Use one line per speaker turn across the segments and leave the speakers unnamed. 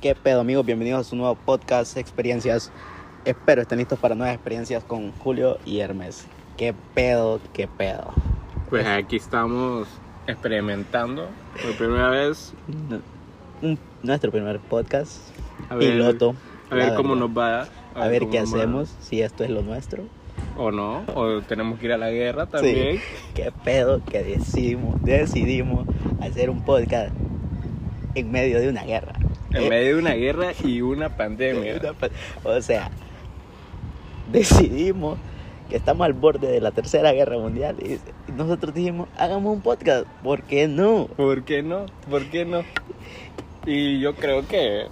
¿Qué pedo amigos? Bienvenidos a su nuevo podcast Experiencias. Espero estén listos para nuevas experiencias con Julio y Hermes. ¿Qué pedo? ¿Qué pedo?
Pues aquí estamos experimentando por primera vez.
N- un- nuestro primer podcast,
A ver,
piloto.
A ver
la
cómo
verdad.
nos va.
A ver
cómo
qué
nos va.
hacemos, si esto es lo nuestro.
O no, o tenemos que ir a la guerra también.
Sí. ¿Qué pedo que decidimos, decidimos hacer un podcast en medio de una guerra?
En
Eh,
medio de una guerra y una pandemia.
Una pa- O sea, decidimos que estamos al borde de la tercera guerra mundial y nosotros dijimos, hagamos un podcast, ¿por qué no?
¿Por qué no? ¿Por qué no? Y yo creo que,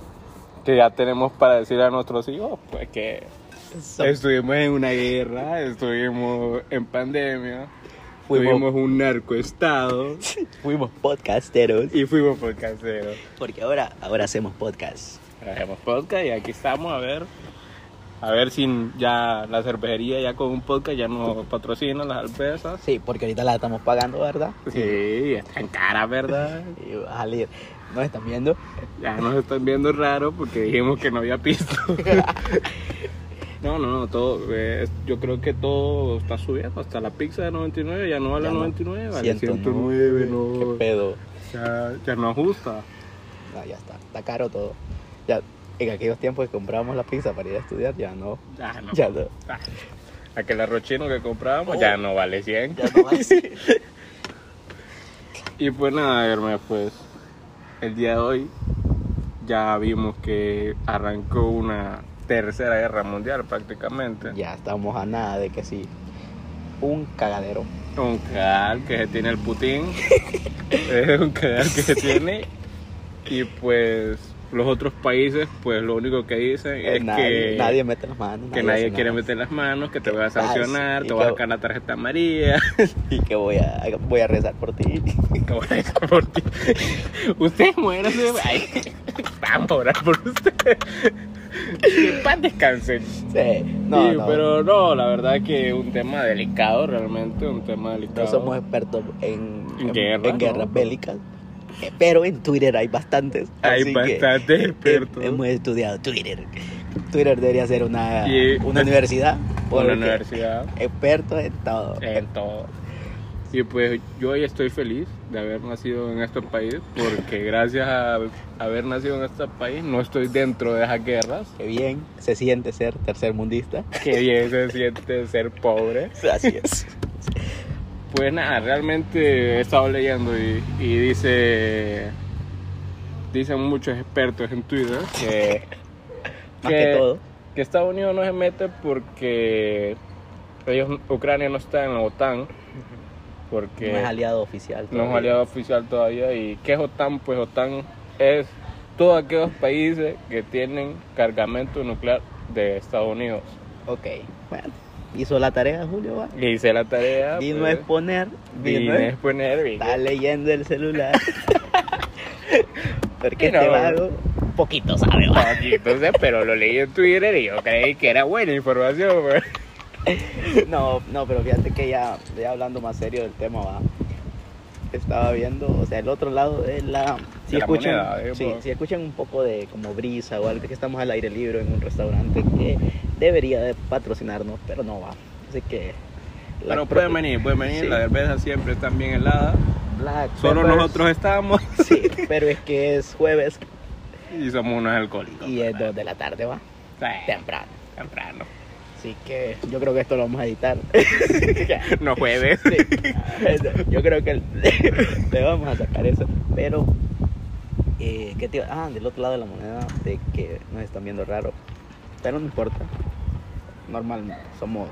que ya tenemos para decir a nuestros hijos pues que
So-
estuvimos en una guerra, estuvimos en pandemia,
Fuimos-
fuimos un narcoestado
fuimos podcasteros,
y fuimos por casero.
porque ahora, ahora hacemos podcast.
Hacemos podcast y aquí estamos a ver. A ver si ya la cervecería ya con un podcast ya nos patrocina las cervezas.
Sí, porque ahorita la estamos pagando, ¿verdad?
Sí, están caras, ¿verdad?
Y va a salir. ¿Nos están viendo?
Ya nos están viendo raro porque dijimos que no había pisto. No, no, no, todo. eh, es- yo creo que todo está subiendo. Hasta la pizza de 99 ya no vale
Ya no.
99, vale
109,
109, no.
¿Qué pedo?
Ya, ya no ajusta.
No, ya está, está caro todo. Ya, en aquellos tiempos que comprábamos la pizza para ir a estudiar, ya no.
Ya no.
Ya no. Oh.
Ah, Aquel arrochino que comprábamos ya no vale 100.
Ya no hay.
Y pues nada, Hermes, pues el día de hoy ya vimos que arrancó una tercera guerra mundial prácticamente.
Ya estamos a nada de que sí. Un cagadero.
Un cagal que se tiene el Putin. es un cagal que se tiene. Y pues los otros países, pues lo único que dicen
Eh,
es
nadie,
que
nadie mete las manos.
que
hace
nadie quiere
nada.
meter las manos, que te voy a
tal?
sancionar,
Y
te voy a
que-
sacar la tarjeta amarilla.
Y que voy a, voy a rezar por ti.
Que voy a dejar por ti. Ustedes muéranse. Ay, vamos a orar por ustedes. Que en paz descansen.
Sí, no,
Sí,
no,
Pero no, la verdad que un tema delicado, realmente, un tema delicado.
no somos expertos en,
En guerra, ¿no?
guerras bélicas. Eh, Pero en Twitter hay bastantes.
Hay
así que
bastantes expertos.
hem- Hemos estudiado Twitter. Twitter debería ser una,
Y-
una universidad.
por
porque
la universidad,
Expertos en todo.
en todo. Y pues yo hoy estoy feliz de haber nacido en este país, porque gracias a haber nacido en este país no estoy dentro de esas guerras.
Qué bien se siente ser tercermundista.
Qué bien se siente ser pobre.
Así es.
Pues nada, realmente he estado leyendo y, y dice. Dicen muchos expertos en Twitter que,
Más que todo.
que Estados Unidos no se mete porque ellos, Ucrania no está en la OTAN, porque
No es aliado oficial.
no es
todavía.
aliado oficial todavía. ¿Y qué es OTAN? Pues OTAN es todos aquellos países que tienen cargamento nuclear de Estados Unidos.
Ok, bueno, hizo la tarea Julio, va.
Y hice la tarea.
Vino a
pues,
exponer, vino
vino
a-
a exponer, vino-
Está leyendo el celular. Porque
Pero-
este vago poquito sabe, va.
Aquí, entonces, pero lo leí en Twitter y yo creí que era buena información, güey.
No, no, pero fíjate que ya, ya hablando más serio del tema, va. Estaba viendo, o sea, el otro lado de la... Si
De la
escuchan,
moneda, eh,
sí,
po.
si escuchan un poco de como brisa o algo, que estamos al aire libre en un restaurante que debería de patrocinarnos, pero no va. Así que... la
Pero
pro-
pueden venir, pueden venir,
Sí.
las cervezas siempre están bien heladas.
Black
Solo
Peppers.
nosotros estamos
Sí, pero es que es jueves
y somos unos alcohólicos.
y es 2 de la tarde, va.
Sí,
Temprano.
Ah, Temprano.
Así que yo creo que esto lo vamos a editar.
No jueves.
Sí. Yo creo que le vamos a sacar eso. Pero, eh, ¿qué te iba- Ah, del otro lado de la moneda, de que nos están viendo raro. Pero no importa. Normal, somos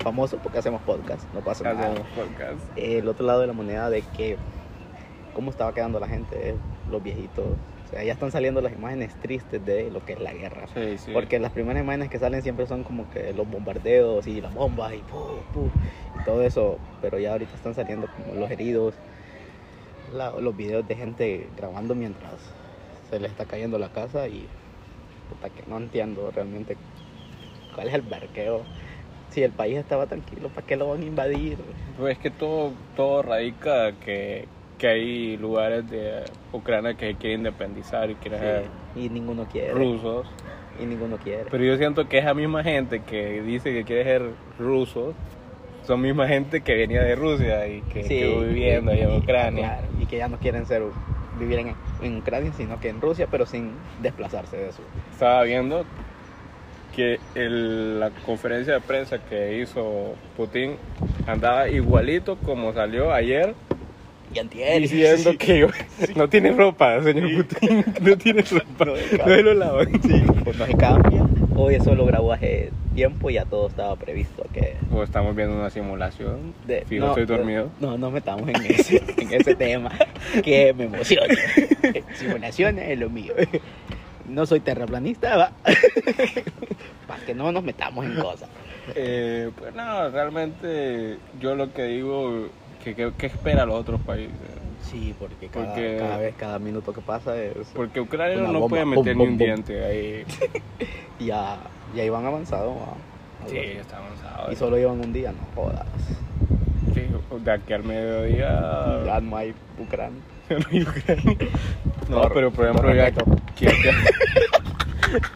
famosos porque hacemos podcast, no pasa nada.
Hacemos podcast.
el otro lado de la moneda de que cómo estaba quedando la gente, eh, los viejitos. O sea, ya están saliendo las imágenes tristes de lo que es la guerra.
Sí, sí.
Porque las primeras imágenes que salen siempre son como que los bombardeos y las bombas y, pu, pu, y todo eso. Pero ya ahorita están saliendo como los heridos, la- los videos de gente grabando mientras se les está cayendo la casa y puta que no entiendo realmente cuál es el barqueo. Si el país estaba tranquilo, ¿para qué lo van a invadir?
Pues es que todo, todo radica que que hay lugares de Ucrania que se quieren independizar y quieren ser
Y ninguno quiere.
rusos.
Y ninguno quiere.
Pero yo siento que esa misma gente que dice que quiere ser rusos son misma gente que venía de Rusia y que
Sí,
estuvo viviendo
y-
allá en
y-
Ucrania.
claro, y que ya no quieren ser vivir en, en Ucrania, sino que en Rusia, pero sin desplazarse de eso.
Estaba viendo que el- la conferencia de prensa que hizo Putin andaba igualito como salió ayer
Y antier.
diciendo que no tiene ropa, señor Putin, no tiene ropa,
No
no,
es
se lo lavan.
Pues no se cambia. Hoy eso lo grabó hace tiempo y ya todo estaba previsto que...
O Pues estamos viendo una simulación,
de-
fijo, estoy dormido.
No, no metamos en ese, en ese tema que me emociona. Simulaciones es lo mío. No soy terraplanista, va. Para que no nos metamos en cosas.
Eh, pues no, realmente yo lo que digo, que, que, que espera los otros países.
Sí, porque cada,
Porque-
cada vez, cada minuto que pasa es...
Porque Ucrania
Una
no
bomba,
puede
pum,
meter ni
pum,
un
pum.
diente ahí.
Ya, ya iban avanzados, va.
Sí, está avanzado.
Y solo llevan un día, no jodas.
Sí, de aquí al mediodía.
Ya no hay Ucrania.
No, pero por ejemplo,
Por
ya,
respeto.
que acá-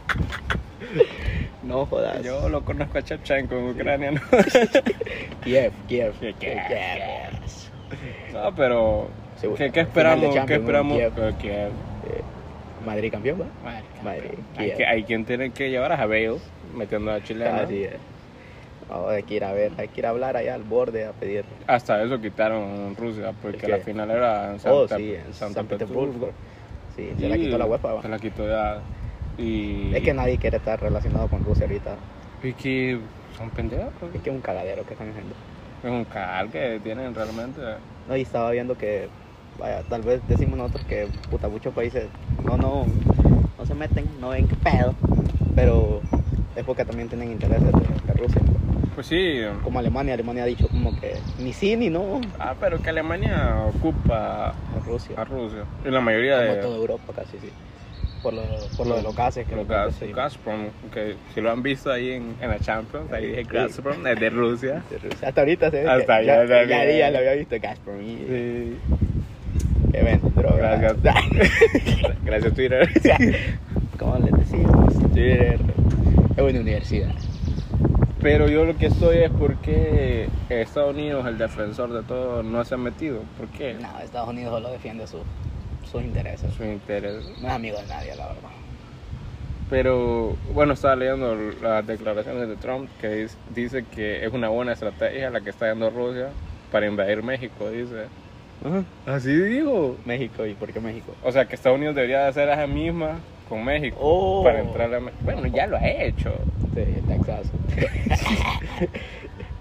No jodas.
yo lo conozco a Chapchenko en Ucrania, ¿no?
Kiev, Kiev.
Sí, Kiev,
Kiev.
No, pero.
Sí, bueno,
¿Qué, qué
al final de
esperamos? ¿Qué
Champions,
esperamos?
Kiev.
Eh, Kiev.
Eh, Madrid campeón, va. Madrid,
Hay,
Kiev.
que- hay quien tiene que llevar a Jabeo metiendo a Chile.
Así es. No, hay que ir a ver, hay que ir a hablar allá al borde a pedir.
Hasta eso quitaron Rusia, porque
¿El qué?
la final era en Santa,
oh, sí, en San,
Santa
Petersburgo. Sí,
Y
se la quitó la UEFA. va.
Se la quitó ya. Y.
Es que nadie quiere estar relacionado con Rusia ahorita.
y que son pendejos. pues.
Es que es un cagadero que están haciendo.
Es un cagal que tienen realmente.
No, y estaba viendo que, vaya, tal vez decimos nosotros que, puta, muchos países no, no, no se meten, no ven qué pedo, pero es porque también tienen intereses de, de Rusia.
Pues sí.
Como Alemania, Alemania ha dicho como que ni sí ni no
Ah, pero que Alemania ocupa
a Rusia,
a Rusia. Y la mayoría
como
de.
toda Europa casi, sí. Por lo, por lo de los gases que
Los
de repente
Gaz-
se-
Gazprom, que si lo han visto ahí en, en la Champions, ahí dije
Sí.
Gazprom, es de Rusia.
de Rusia. Hasta ahorita se ve
Hasta
que ya,
allá
ya,
también.
ya lo había visto Gazprom y
Sí.
que venden droga.
Gracias. Gracias, Twitter.
¿Cómo les decimos? Twitter. Es una universidad.
Pero yo lo que estoy es porque Estados Unidos, el defensor de todo, no se ha metido. ¿Por qué?
No, Estados Unidos solo defiende su- sus intereses.
Su interés.
No es amigo de nadie, la verdad.
Pero bueno, estaba leyendo las declaraciones de Trump que dis- dice que es una buena estrategia la que está dando Rusia para invadir México, dice. Así digo.
México, ¿y por qué México?
O sea, que Estados Unidos debería hacer esa misma con México
Oh.
para entrar a México. Bueno, ya lo ha hecho.
Sí, Texas.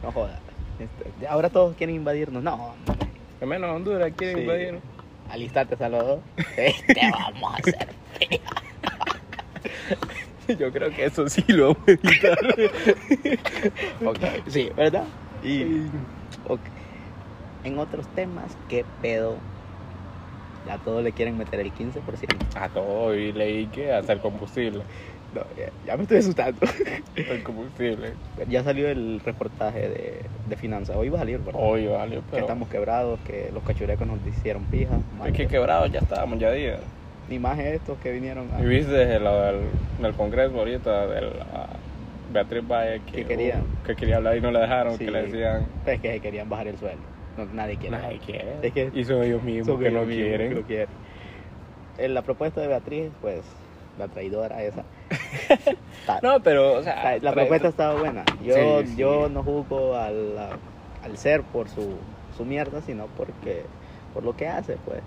no jodas. Este, ahora todos quieren invadirnos. No, hombre.
Al menos Honduras quiere
Sí.
invadir.
Alistate, Salvador. Te vamos a hacer.
Yo creo que eso sí lo vamos a evitar.
Ok, sí, ¿verdad?
y
Ok. En otros temas, ¿qué pedo? A todos le quieren meter el 15%.
a todo, y leí que hasta el combustible.
No, ya, ya me estoy asustando.
El combustible.
ya salió el reportaje de, de finanzas. Hoy va a salir, ¿verdad?
Hoy vale,
que
Oh, pero.
estamos quebrados, que los cachurecos nos hicieron pija.
Es que quebrados ya estábamos, ya día.
Ni más estos que vinieron a,
Y viste lo del, del congreso ahorita, de la Beatriz Valle, que, uh,
Que quería.
que quería hablar y no la dejaron,
Sí.
que le decían.
Es Pues que se querían bajar el sueldo. No, nadie quiere.
Nadie quiere.
Es que-
y son ellos mismos
Son
que
ellos
no
mismos
quieren.
que no quieren. En la propuesta de Beatriz, pues, la traidora esa. Ta-
No, Ah, pero, o
ta-
sea.
la
tra-
propuesta estaba buena. Yo,
Sí, sí.
yo no juzgo al, al ser por su, su mierda, sino porque por lo que hace, pues.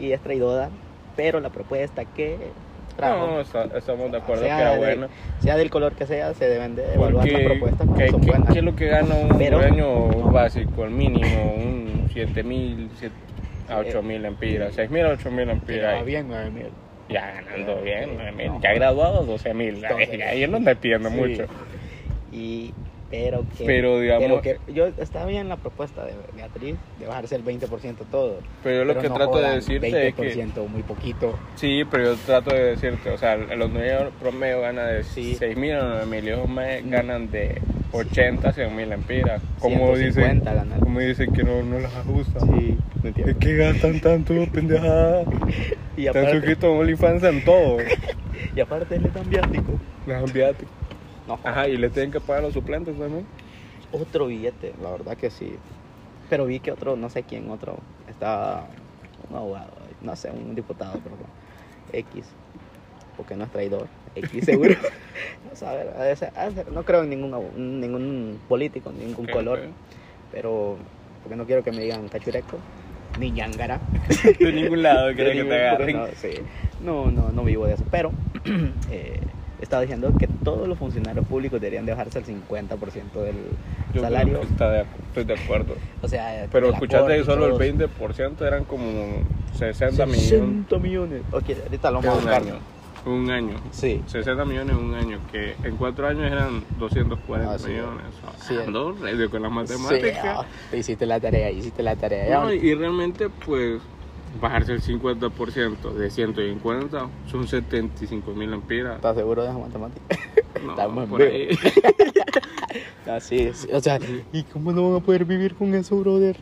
Y es traidora, pero la propuesta que trajo,
No, está- estamos de acuerdo
sea
que era
de-
buena.
sea del color que sea, se deben de evaluar
Porque,
las propuestas cuando
¿qué,
son
qué-
buenas.
qué es lo que gana un
Pero-
dueño básico? El mínimo, un 7 mil a 8 mil empiras, 6 mil a 8 mil
Que le va
empiras.
bien, nueve mil.
Ya ganando bien, 9 mil.
No.
Ya graduado, 12 mil.
Entonces,
Ahí no me pidiendo
sí.
mucho.
Y, pero que.
Pero, digamos-
que, yo estaba bien la propuesta de Beatriz de bajarse el 20% todo.
Pero yo lo
pero
que
no
trato de
jodan,
decirte es que.
20% muy poquito.
Sí, pero yo trato de decirte, o sea, los dueños promedio ganan de 6 mil a 9 mil. Ellos más ganan de 80, 100 mil empiras. Como
150
dicen,
ganar.
como dicen que no, no las ajusta.
Sí, no entiendo.
Es que gastan tanto, pendejada.
Y
Están
aparte,
suscritos a OnlyFans en todo.
y aparte él es tan viático.
Las enviaste.
No,
Ajá, y le tienen que pagar a los suplentes también.
otro billete, la verdad que sí. Pero vi que otro, no sé quién, otro, estaba un abogado, no sé, un diputado, pero X, porque no es traidor, X seguro. no sabe, a veces- a veces ah, no creo en ningún, abo- ningún político, ningún
Ok,
color,
ok.
pero porque no quiero que me digan cachureco, ni ñangara.
De ningún lado
Pero
quieren que
ni-
te agarren.
No, sí. no, no, no vivo de eso. Pero eh, estaba diciendo que todos los funcionarios públicos deberían dejarse el 50% del
Yo
salario.
creo que está de ac- estoy de acuerdo.
O sea,
Pero
la
escuchaste
corte
que
y
solo el
todos.
20% eran como 60 millones
60 millones. Ok, ahorita lo
en
vamos
un
a
año.
buscar.
Un año.
Sí.
60 millones en un año, que en cuatro años eran 240
Ah, sí.
millones.
Sí.
Ando redio con las
Sí, ah,
matemáticas.
te hiciste la tarea, hiciste la tarea. Ya,
No, y realmente, pues, bajarse el 50% de 150 son 75 mil empiras.
¿Estás seguro de esa matemática?
No,
estamos en
por
vivo.
ahí.
Así es. O sea, ¿y cómo no van a poder vivir con eso, brother?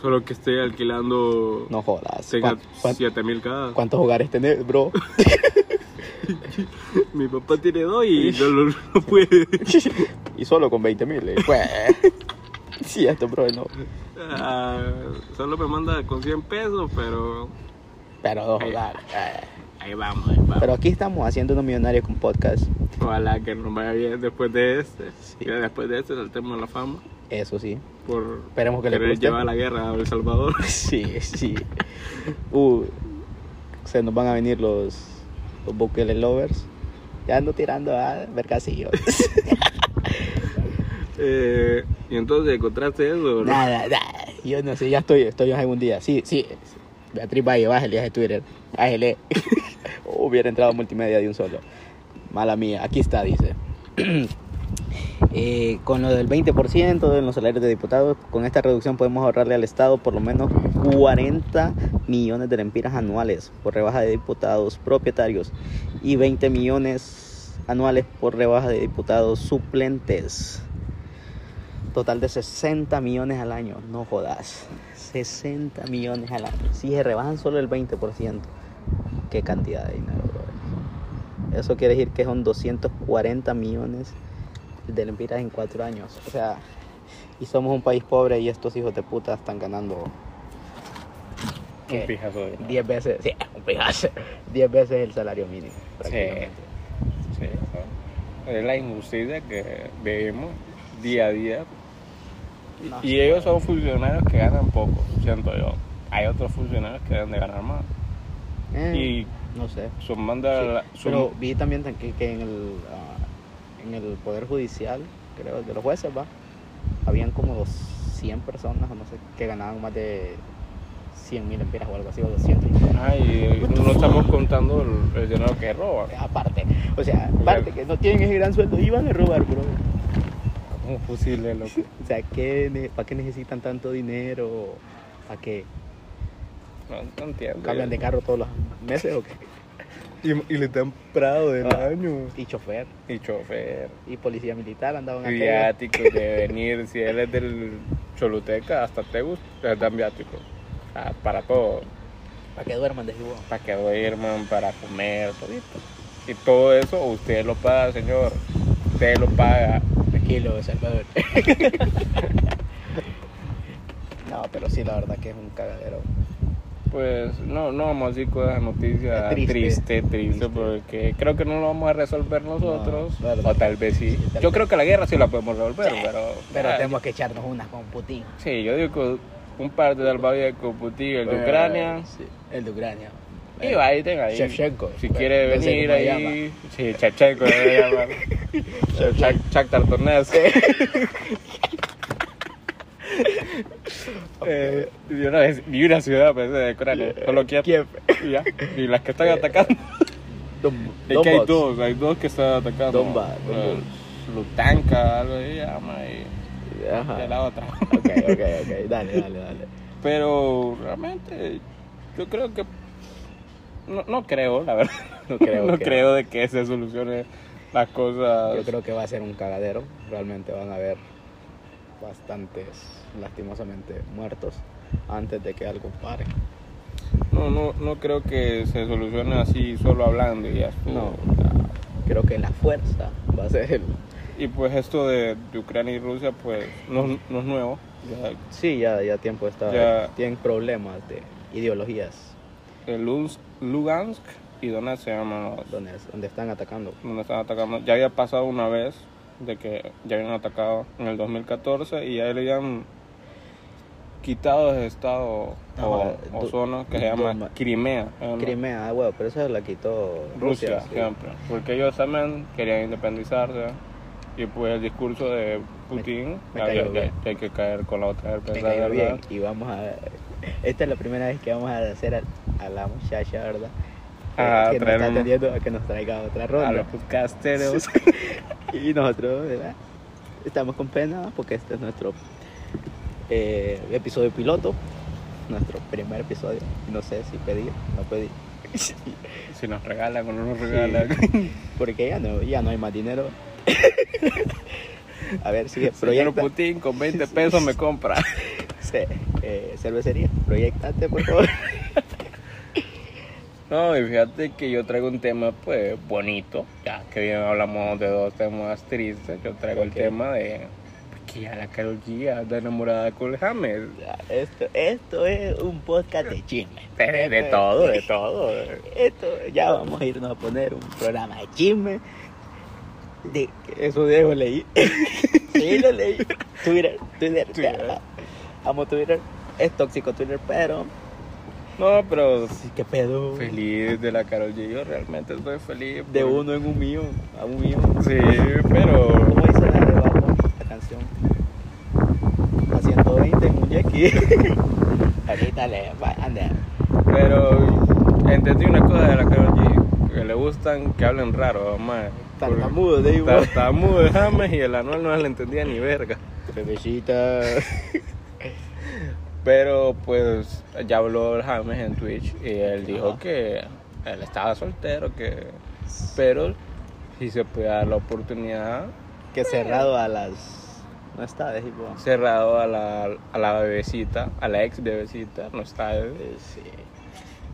Solo que esté alquilando
No jodas.
tenga
¿Cuán- cuán-
7 mil cada.
¿Cuántos hogares tenés, bro?
Mi papá tiene dos y no, lo- no puede.
y solo con 20 mil. Pues. Sí, esto, bro, no.
Ah, solo me manda con 100 pesos, pero
Pero dos
Ahí.
hogares. eh.
ahí vamos, ahí vamos.
Pero aquí estamos haciendo unos millonarios con podcast.
Ojalá que nos vaya bien después de este.
Sí.
Que después de este saltemos a la fama
Eso sí.
por
Esperemos que les
querer
guste.
llevar la guerra a El Salvador.
Sí, sí. Uh, se nos van a venir los, los Bukele Lovers. Ya ando tirando ah, a Mercasillo.
Eh, y entonces encontraste eso. ¿no?
nada, nada. Yo no sé, ya estoy, estoy en algún día. Sí, sí. Beatriz Valle, bájale a ese Twitter. Bájale. Oh, hubiera entrado a multimedia de un solo. Mala mía, aquí está, dice. Eh, con lo del 20% de los salarios de diputados, con esta reducción podemos ahorrarle al Estado por lo menos 40 millones de lempiras anuales por rebaja de diputados propietarios y 20 millones anuales por rebaja de diputados suplentes. Total de 60 millones al año, no jodas. 60 millones al año. Si se rebajan solo el 20%, qué cantidad de dinero, brother. Eso quiere decir que son 240 millones de lempiras en cuatro años. O sea, y somos un país pobre y estos hijos de puta están ganando. ¿qué?
Un pijazo de-
10 veces, sí, un pedazo, 10 veces el salario mínimo. prácticamente.
Sí, ¿no? Es la injusticia que vemos día a día.
No
Y
sé.
ellos son funcionarios que ganan poco, siento yo. Hay otros funcionarios que deben de ganar más.
Eh,
Y
no sé.
sumando la-
Sí,
sum-
pero vi también tan- que, que en, el, ah, en el Poder Judicial, creo, de los jueces, va, habían como dos- 100 personas, o no sé, que ganaban más de 100 mil empiras o algo así, o 200.
Ah, y no estamos contando el, el dinero que roban.
Aparte, o sea, aparte que no tienen ese gran sueldo, iban a robar, bro.
Un fusil de loco.
O sea, ¿para qué necesitan tanto dinero? ¿Para qué?
No, no entiendo.
¿Cambian de carro todos los meses o qué?
Y, y le dan prado del
Ah.
año.
Y chofer,
Y chofer.
y policía militar andaban
Y
aquella.
viáticos de venir. Si él es del Choluteca hasta Tegus, le dan viáticos. Ah, para todo.
Para que duerman de vos.
Para que duerman, para comer, todito. Y todo eso usted lo paga, señor. Usted lo paga.
Tranquilo, Salvador. no, pero sí, la verdad que es un cagadero.
Pues no, no vamos a decir cosas
Es
noticia
triste.
triste. Triste,
Triste.
porque creo que no lo vamos a resolver nosotros.
No, verdad.
o tal vez sí.
Sí, tal
yo
vez.
creo que la guerra sí la podemos resolver,
Sí,
pero.
Pero
ah,
tenemos que echarnos unas con Putin.
Sí, yo digo que un par de salvavidas con Putin, el de
Eh,
Ucrania.
sí, el de Ucrania.
Y Biden ahí.
eh, Shevchenko.
Si
Bueno,
quiere
no sé
venir
cómo
ahí. Sí, Shevchenko debe llamar. Shak- Shakhtar Donetsk. Eh, ni, una, vez- ni una ciudad pensé de Ucrania, solo Kiev.
Kiev.
Y, ya. Y las que están atacando.
Dom-
Es que hay
Donbass.
dos, hay dos que están atacando.
Donbass,
Eh,
Donbass.
Lutanka, algo así llama, y,
Ajá.
y la otra.
Ok, ok, ok. Dale, dale, dale.
Pero realmente, yo creo que. No, no creo, la verdad.
No creo
No
que-
creo de que se solucione las cosas.
Yo creo que va a ser un cagadero. Realmente van a haber bastantes, lastimosamente, muertos antes de que algo pare.
No, no, no creo que se solucione así solo hablando y ya. estuvo.
No. Creo que la fuerza va a ser el...
Y pues esto de, de Ucrania y Rusia, pues no, no es nuevo. Ya
Sí, ya, ya tiempo está.
Ya.
Tienen problemas de ideologías
el Luz- Lugansk y Donetsk se llaman los-
donde, donde están atacando.
donde están atacando. Ya había pasado una vez de que ya habían atacado en el 2014 y ya le habían quitado ese estado
Ah,
o,
vale.
o
Du-
zona que se llama
Duma-
Crimea. se llama.
Crimea, ah, bueno, pero eso la quitó
Rusia,
Rusia. sí.
siempre. Porque ellos también querían independizarse. Y pues el discurso de Putin,
me
ya-
cayó
ya-
bien.
ya hay que caer con la otra
Me
vez,
cayó
¿verdad?
bien y vamos a... Esta es la primera vez que vamos a hacer a, a la muchacha, ¿verdad? Eh,
Ah,
que nos
traer
está
un-
atendiendo a que nos traiga otra
A los
ronda.
podcasteros.
Y nosotros, ¿verdad? Estamos con pena porque este es nuestro eh, episodio piloto, nuestro primer episodio. No sé si pedí, no pedí.
si nos regalan o no nos regalan.
Porque ya no, ya no hay más dinero. a ver si
Señor
proyecta,
Putin, con 20 pesos me compra.
se- eh, cervecería, proyectate por favor.
No, y fíjate que yo traigo un tema, pues, bonito. Ya que bien hablamos de dos temas tristes, yo traigo
Ok.
el tema de... pues, que ya la Karol G anda enamorada de Cole James.
Ya, Esto, esto es un podcast de chisme. Eh,
De, de todo, de todo.
Esto, ya vamos a irnos a poner un programa de chisme. De, eso dejo leí. sí, lo leí. Twitter, Twitter.
Twitter.
ya. Amo Twitter. Es tóxico Twitter, pero.
No, pero
Sí, qué pedo.
feliz de la Karol G. Yo realmente estoy feliz.
De
por-
uno en un mío. A un mío.
Sí, pero...
¿Cómo dice la de Bad Bunny, la canción? A 120 en un yaqui. Ahorita le va a andar.
Pero entendí una cosa de la Karol G. Que le gustan que hablen raro, mamá.
Tartamudo, de igual.
Tartamudo, James y el anual no le entendía ni verga.
Bebecita.
Pero pues ya habló el James en Twitch y él dijo
Ajá.
que él estaba soltero, que pero si se puede dar la oportunidad
Que cerrado a las. No está, de tipo.
cerrado a la, a la bebecita, a la ex bebecita, no está él.
Eh, sí.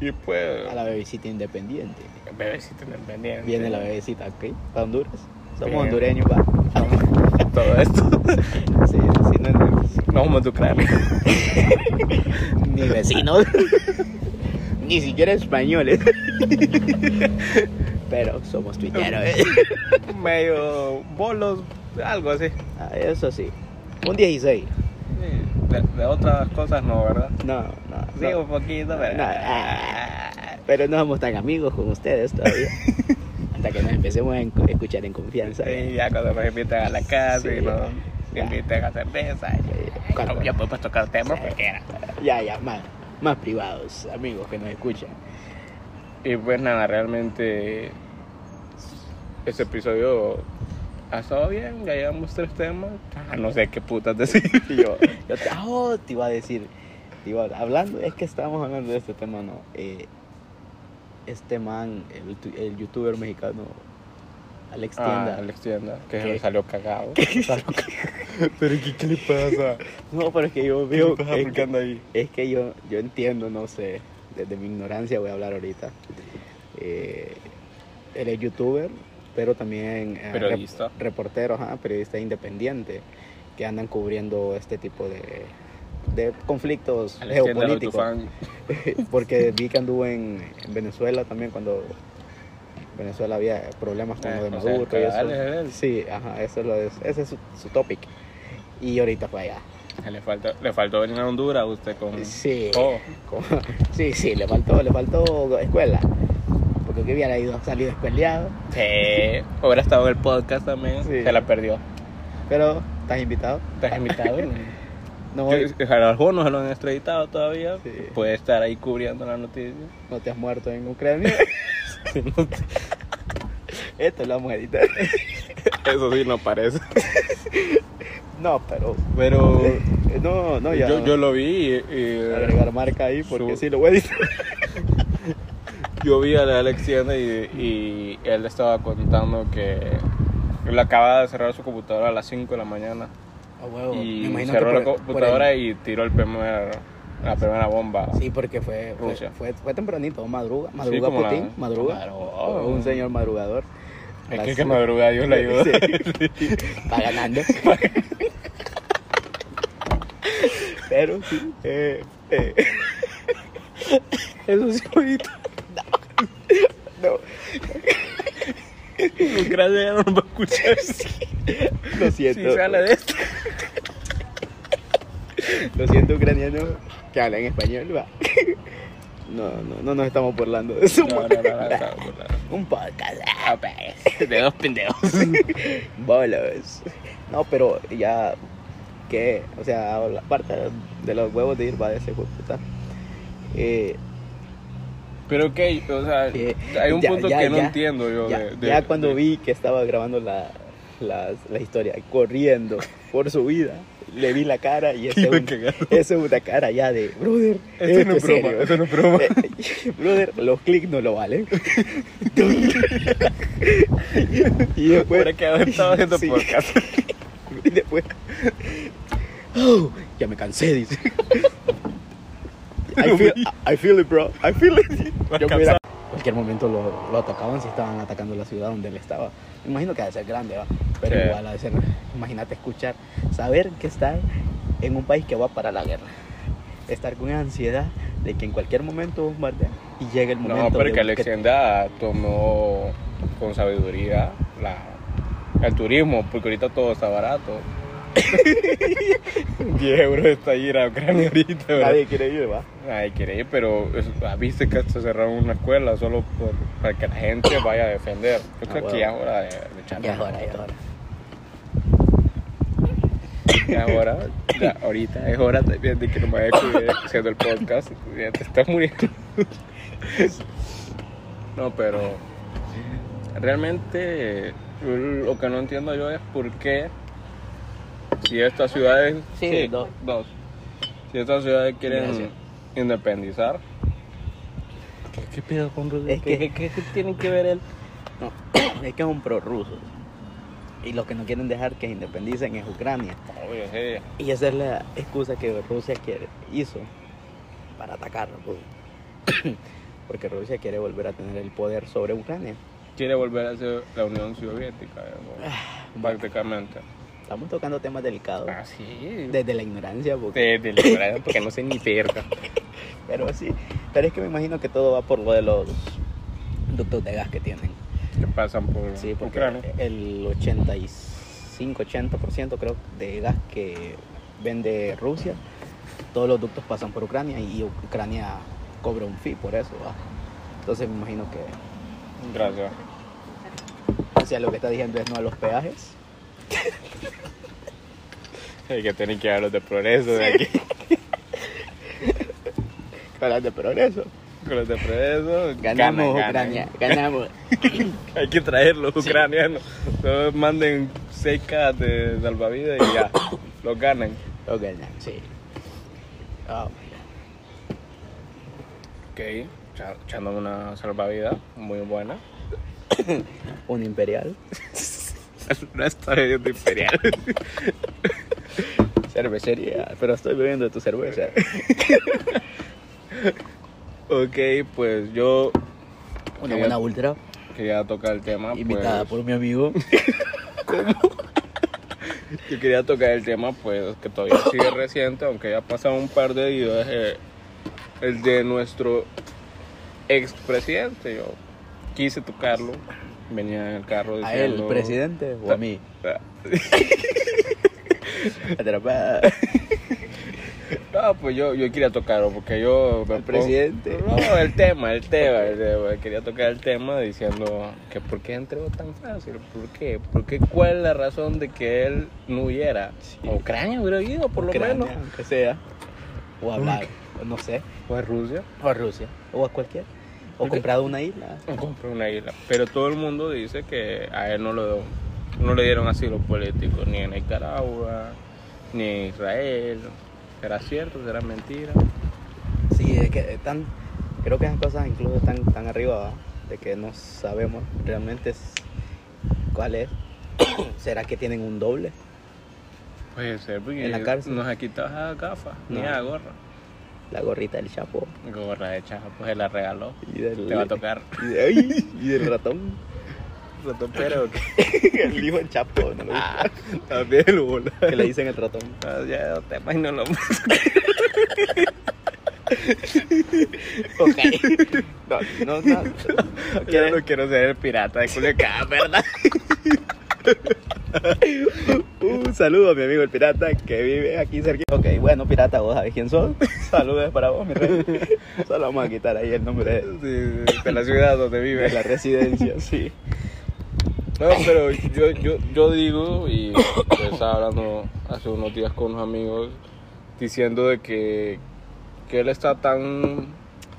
Y pues
A la bebecita independiente.
bebecita independiente.
Viene la bebecita aquí, para Honduras. Somos
Bien.
hondureños, va.
Todo esto.
Sí, sí, no, no,
No vamos a Ucrania.
ni vecinos. ni siquiera españoles. Pero somos tuiteros. ¿eh?
Medio bolos, algo así.
Ah, Eso sí. Un 16.
De, de otras cosas no, ¿verdad?
No, no.
Sí,
no.
un poquito, pero...
No, ah, pero no somos tan amigos con ustedes todavía. Hasta que nos empecemos a en- escuchar en confianza.
Sí, ya cuando nos invitan a la casa
Sí,
y nos
ya.
invitan a cerveza.
ya.
Ya, ya podemos pues, tocar temas que quieran.
Ya, ya, más, más privados, amigos que nos escuchan.
Y pues nada, realmente este episodio ha estado bien, ya llevamos tres temas. Ah, no sé qué putas decir.
Y yo, yo te, ah, oh, te iba a decir, te iba- hablando, es que estábamos hablando de este tema, ¿no? Eh, este man, el, tu- el youtuber mexicano, Alex
Ah,
Tienda.
Alex Tienda, que
¿Qué?
se le salió cagado. Salió cagado. Pero ¿qué, qué le pasa? eh,
No, pero es que yo
¿Qué
veo.
le pasa?
Es
¿Por qué
que,
anda ahí?
es que yo, yo entiendo, no sé, desde mi ignorancia voy a hablar ahorita. Eh, él es youtuber, pero también. eh,
Periodista.
rep- reportero, ajá, periodista independiente, que andan cubriendo este tipo de, de conflictos
Alex Tienda, no, tu
geopolíticos.
fan.
Porque vi que anduvo en, en Venezuela también cuando Venezuela había problemas con lo de
Eh, o sea, eh.
Maduro. y eso.
Alex es él.
Sí, ajá, eso lo es, ese es su, su topic. Y ahorita fue allá.
Le faltó, le faltó venir a Honduras usted con...
Sí,
Oh,
como- sí, sí, le faltó, le faltó escuela. Porque que hubiera ido, salido escueleado.
sí. Hubiera estado en el podcast también.
Sí.
Se la perdió.
Pero, ¿estás invitado?
¿Estás invitado?
No, voy,
Algunos no lo han extraditado todavía.
Sí.
Puede estar ahí cubriendo la noticia.
no te has muerto en Ucrania. Esto lo vamos a editar.
Eso sí, no parece.
No, pero. eh,
Pero
No, no, ya.
yo, yo lo vi y, y-
Agregar marca ahí porque
Su-
sí lo voy a editar.
yo vi a la Alex Tienda y, y él estaba contando que Él acaba de cerrar su computadora a las 5 de la mañana.
A Oh, huevo. Me
Y
imagino
cerró
que
la
por- por
computadora
el-
y tiró el primer, la primera bomba.
Sí, porque fue, fue,
Rusia.
fue, fue tempranito, madruga, madruga
como la-
Putin, madruga.
Madrugó.
Un señor madrugador.
es que,
Las-
que madrugada Dios le ayuda.
Sí. Va ganando. Pero sí. eh, eh. Eso sí, ahorita. No,
Gracias, ya no nos va a escuchar.
no, lo siento.
Si sale de esto.
Lo siento, ucraniano que habla en español. Va. No, no, no nos estamos burlando de eso.
No, no, no, no, no, no.
Un podcast.
Ah, pues, De dos pendejos.
Bolos. No, pero ya. Que, o sea, aparte de los huevos de ir, va de ese hijo de puta. Eh,
Pero que, o sea,
Que-
hay un
Eh, ya,
punto
ya,
que no
ya.
entiendo yo.
ya,
de- de-
ya cuando
de-
vi que estaba grabando la, las- la historia, corriendo por su vida, le vi la cara y ese
Iba
un-
cagando.
ese es una cara ya de, brother,
Esto
esto
no es broma,
serio".
esto no es broma.
Eh, brother, los clics no lo valen. y después...
Para que haber estado haciendo
Sí.
podcast.
Y después. Oh, ya me cansé, dice. I feel, I feel it, bro. I feel it.
Vas
Yo me
cansado.
hubiera- cualquier momento lo, lo atacaban si estaban atacando la ciudad donde él estaba. Me imagino que ha de ser grande, ¿va? Pero
Sí.
igual ha de ser. Imagínate escuchar, saber que estás en un país que va para la guerra. Estar con ansiedad de que en cualquier momento bombardean y llega el momento.
No,
de-
porque
que-
Alexandra tomó con sabiduría la, el turismo, porque ahorita todo está barato. 10 euros está ir a Ucrania ahorita, ¿verdad?
Nadie quiere ir, ¿va?
Ay, quiere ir, pero es- ah, viste que hasta cerraron una escuela solo por- para que la gente vaya a defender. Yo
Ah,
creo
huevo.
que ya es hora de, de charlar.
Ya es hora, ya es hora.
Ya es hora, ya, ahorita es hora también de que no me vaya a cuidar haciendo el podcast. Ya te estás muriendo. No, pero realmente lo que no entiendo yo es por qué si estas ciudades.
Sí, dos.
Si estas ciudades quieren
Gracias.
independizar. ¿Qué, qué pedo con Rusia?
Es que-
tienen que ver él?
No, es que son prorrusos. Y los que no quieren dejar que se independicen es Ucrania.
Obvio, sí.
Y esa es la excusa que Rusia quiere, hizo para atacarlo. pues. Porque Rusia quiere volver a tener el poder sobre Ucrania.
Quiere volver a ser la Unión Soviética, ¿no?
Ah.
prácticamente.
Estamos tocando temas delicados.
Ah, sí.
Desde la ignorancia, porque-
de, de liberal, porque no sé ni verga.
pero sí. Pero es que me imagino que todo va por lo de los ductos de gas que tienen.
Que pasan por
Sí, porque
Ucrania.
el 85-80% creo de gas que vende Rusia, todos los ductos pasan por Ucrania y Ucrania cobra un fee por eso. ¿va? Entonces me imagino que
Gracias.
o sea, lo que está diciendo es no a los peajes.
Hay que tienen que hablar de progreso de aquí.
Hablas de progreso.
Con los de progreso.
Ganamos
ganan,
Ucrania,
ganan.
ganamos.
Hay que traerlos
Sí.
ucranianos. Solo manden seis cajas de salvavidas y ya. Los ganan.
Lo ganan, sí. Oh, my God.
Ok. cha- Echándome una salvavidas muy buena.
Un imperial.
No está bebiendo imperial.
Cervecería, pero estoy bebiendo de tu cerveza.
ok, pues yo
Una buena ultra,
quería tocar el tema.
invitada
pues,
por mi amigo.
Yo quería tocar el tema, pues, que todavía sigue reciente, aunque ya pasaron un par de días, eh, el de nuestro expresidente. Yo quise tocarlo, venía en el carro
¿A él,
diciendo... "Ah,
presidente o a mí? Atrapada.
No, pues yo, yo quería tocarlo, porque yo... me
El
pongo-
presidente.
No, el tema, el tema, el tema. Quería tocar el tema diciendo que por qué entregó tan fácil, por qué, por qué, cuál es la razón de que él no huyera. A Ucrania hubiera ido, por
Ucrania,
lo menos.
Aunque sea. O hablar, o no sé.
O a Rusia.
O a Rusia. O a cualquier. O
Ok.
comprado una isla.
compró una isla. Pero todo el mundo dice que a él no, lo, no le dieron asilo político, ni en Nicaragua, ni en Israel. ¿Será cierto? ¿Será mentira?
Sí, es que están. Creo que esas cosas incluso están tan arriba ¿va? de que no sabemos realmente es- cuál es ¿Será que tienen un doble?
Puede ser, porque
En la cárcel.
nos ha quitado esa gafa, ni
No.
esa gorra.
La gorrita del chapo.
Gorra de chaja, pues se la regaló.
Y del,
Te va a tocar.
Y, de- ay, y del ratón.
Ratón pero
el hijo del chapo. No lo
Ah. también lo voló.
que le dicen el ratón.
Ah, Ya no te imagino lo más.
Ok. No, no, no. no
Yo
quiere-
no quiero ser el pirata de
Ah,
Culiacán, ¿verdad?
Un saludo a mi amigo el pirata que vive aquí cerca. Ok, bueno, pirata, vos sabés quién sos. Saludos para vos, mi rey. Solo vamos a quitar ahí el nombre de,
Sí, sí, de la ciudad donde
de
vive.
la residencia, sí.
No, pero yo, yo, yo digo, y yo estaba hablando hace unos días con unos amigos, diciendo de que, que él está tan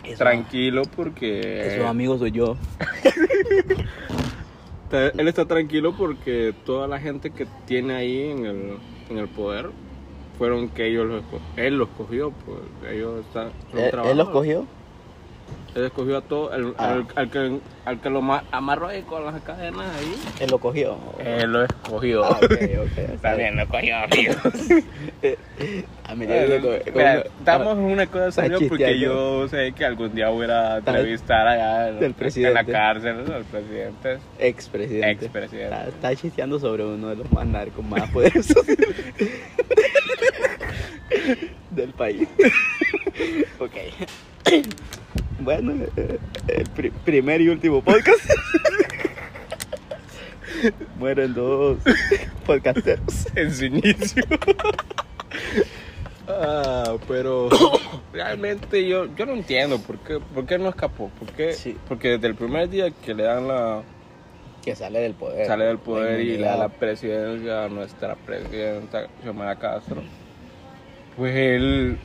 Eso-
tranquilo porque...
Esos amigos soy yo.
Está- Él está tranquilo porque toda la gente que tiene ahí en el, en el poder fueron que ellos los esco- él los cogió, pues ellos están
Él,
son
él los
trabajadores.
cogió.
Él escogió a todos, al,
Ah.
al- al que, al que lo ma- amarró ahí con las cadenas ahí.
Él lo cogió.
Él lo escogió.
Ah, ok, ok.
También lo cogió, amigo.
Ah, mira, yo co- co-
Eh, Mira, Estamos en una cosa
Está
serio porque
chisteando.
yo sé que algún día voy a ir a
Está-
entrevistar allá en,
del
en la
presidente.
cárcel al presidente,
Expresidente.
expresidente.
Está, está chisteando sobre uno de los más narcos más poderosos del país. ok. Bueno, eh, el pri- primer y último podcast. Mueren dos podcasteros.
en su inicio. Ah, pero realmente yo, yo no entiendo por qué, por qué no escapó. ¿Por qué?
Sí.
Porque desde el primer día que le dan la.
Que sale del poder.
sale del poder y le da
la
la presidencia a nuestra presidenta Xiomara Castro, pues él.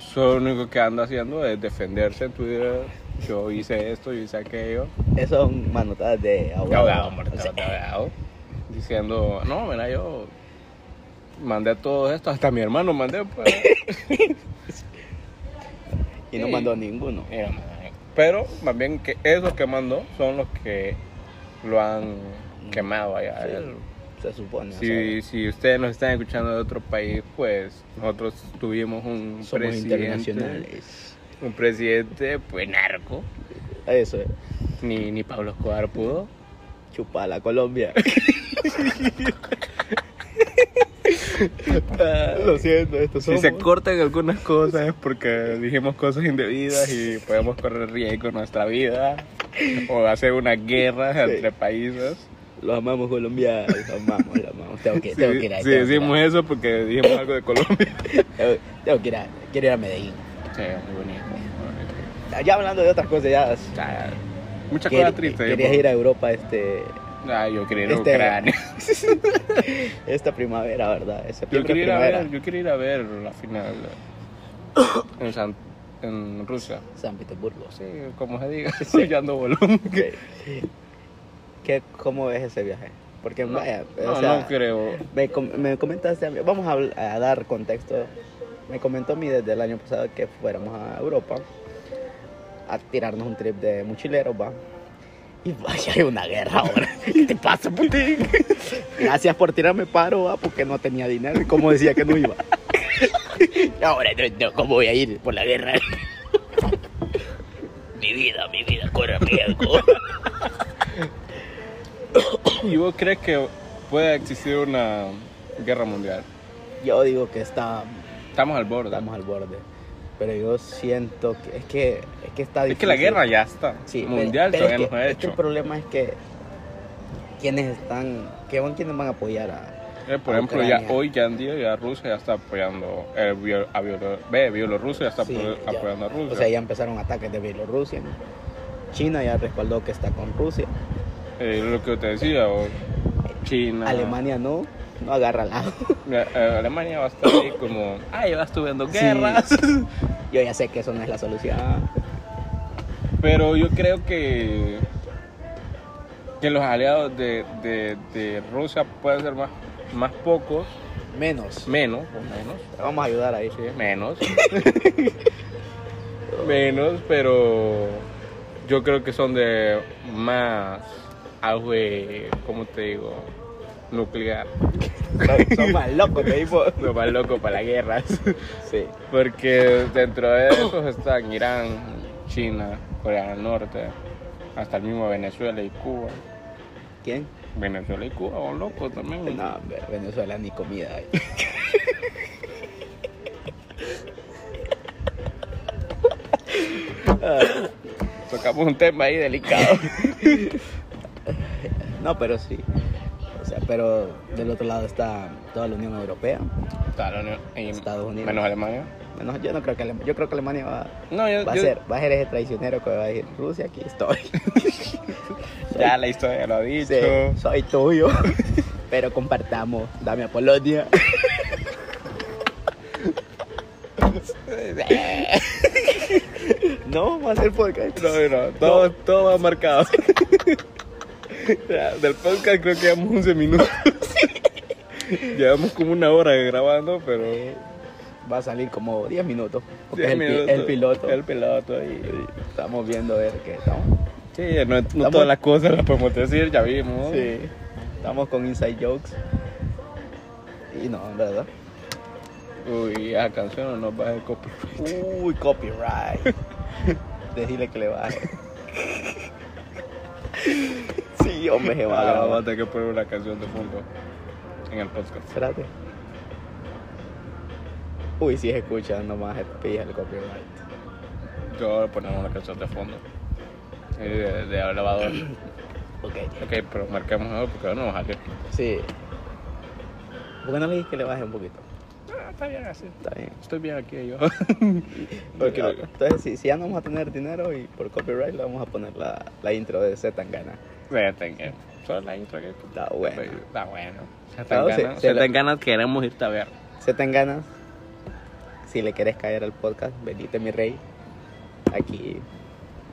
solo lo único que anda haciendo es defenderse en Twitter. Yo hice esto, yo hice aquello.
Esas son manotadas de
De
abogado.
abogado, muerto, de abogado. Diciendo, no, mira, yo mandé todo esto, hasta mi hermano mandé, pues.
Y no
Sí.
mandó ninguno.
Mira, man. Pero más bien que esos que mandó son los que lo han quemado allá.
Sí,
Él-
Se supone. o
Si, si ustedes nos están escuchando de otro país, pues nosotros tuvimos un
sea, somos
presidente,
internacionales.
un presidente pues narco,
Eso eh. es.
ni, ni Pablo Escobar pudo.
Chupala, Colombia. Ah, Lo siento, esto
Si se cortan algunas cosas es porque dijimos cosas indebidas y podemos correr riesgo en nuestra vida o hacer una guerra
Sí.
entre países.
Los amamos, Colombia. Los amamos, los amamos. Tengo que,
Si,
tengo que ir a
si
tengo que ir
decimos
a-
eso porque dijimos algo de Colombia.
tengo- Tengo que ir a. Quiero ir a Medellín.
Sí, muy bonito.
Ya hablando de otras cosas, ya.
O sea, Muchas
quer-
cosas tristes.
Querías ir a Europa este,
Ah, yo quería ir a
Este-
Ucrania.
esta primavera, ¿verdad? Es
Yo
septiembre,
quería, ir a
primavera.
ver, yo quería ir a ver la final en, San- en Rusia.
San Petersburgo.
Sí, como se diga,
Sí.
yo ando bolón.
Ok. ¿Qué, ¿Cómo ves ese viaje? Porque
No,
vaya,
no,
o sea,
no creo.
me, com- me comentaste, a mí- vamos a, habl- a dar contexto. Me comentó a mí desde el año pasado que fuéramos a Europa a tirarnos un trip de mochileros, va. Y vaya, hay una guerra ahora. ¿Qué te pasa, Putin? Gracias por tirarme paro, va, porque no tenía dinero y como decía que no iba. Ahora, no, no, ¿cómo voy a ir por la guerra? mi vida, mi vida, corre riesgo.
¿Y vos crees que puede existir una guerra mundial?
Yo digo que está
Estamos al borde.
estamos al borde. Pero yo siento que es que, es que está
es que la
difícil.
guerra ya está.
Sí, pero-
mundial
pero es
todavía
que- este
no se ha
es que
hecho.
el problema es que quienes están, que van, quienes van a apoyar a...
Eh, por ejemplo, ya
Ucrania.
hoy ya en día ya Rusia ya está apoyando el bio- a Bielo- ve, Bielorrusia ya está
Sí,
apo-
ya.
apoyando a Rusia.
O sea, ya empezaron ataques de Bielorrusia. ¿no? China ya respaldó que está con Rusia.
Eh, lo que te decía, o China.
Alemania no, no agarra lado.
La- eh, Alemania va a estar ahí como, ay, va estudiando guerras.
Yo ya sé que eso no es la solución.
Pero yo creo que, que los aliados de, de, de Rusia pueden ser más, más pocos,
Menos.
menos, o menos,
Vamos a ayudar ahí.
sí, menos. menos, pero yo creo que son de más auge, ¿cómo te digo? nuclear.
Son, son más locos, te digo.
Lo más loco para la guerra.
Sí.
Porque dentro de esos están Irán, China, Corea del Norte, hasta el mismo Venezuela y Cuba.
¿Quién?
Venezuela y Cuba, oh, loco también.
No, hombre, Venezuela ni comida hay. Ah,
Tocamos un tema ahí delicado.
no, pero sí. O sea, pero del otro lado está toda la Unión Europea.
Está la Unión- y-
Estados Unidos.
Menos Alemania.
Menos, yo no creo que Alemania, yo creo que Alemania va,
No, yo,
va a
yo-
ser, va a ser ese traicionero que va a decir Rusia, aquí estoy.
ya la historia lo ha dicho.
Dice, soy tuyo. Pero compartamos, dame a Polonia. No, va a ser podcast.
No, no, todo, todo va marcado. Ya, Del podcast creo que llevamos 11 minutos. llevamos como una hora grabando, pero.
Eh, Va a salir como 10 minutos. Porque
10
es el, pi-
minutos.
el piloto.
El piloto y.
Estamos viendo a ver qué estamos.
Sí, no, no todas las cosas las podemos decir, ya vimos.
Sí. Estamos con inside jokes. Y no, en verdad.
Uy, a canción no nos va a hacer copyright.
Uy, copyright. Decirle que le baje. Sí, hombre, se va a
Ah, Vamos a
grabar.
tener que poner una canción de fondo en el podcast.
Espérate. Uy, si se escucha, nomás se pilla el copyright.
Yo ahora ponemos una canción de fondo. Eh, De, de lavador.
Ok.
ok, pero marquemos algo porque no nos va a salir.
Sí. ¿Por qué no le dices que le baje un poquito?
Ah, está bien así.
Está bien.
Estoy bien aquí yo.
Porque, entonces, si, si ya no vamos a tener dinero y por copyright, le vamos a poner la, la intro de Z Tangana.
Fíjate que solo la intro que
Está bueno.
Está bueno. Se
Claro,
te
se-
ganas,
se
se
la-
te ganas, queremos irte a ver.
Z Tangana, si le querés caer al podcast, venite mi rey. Aquí,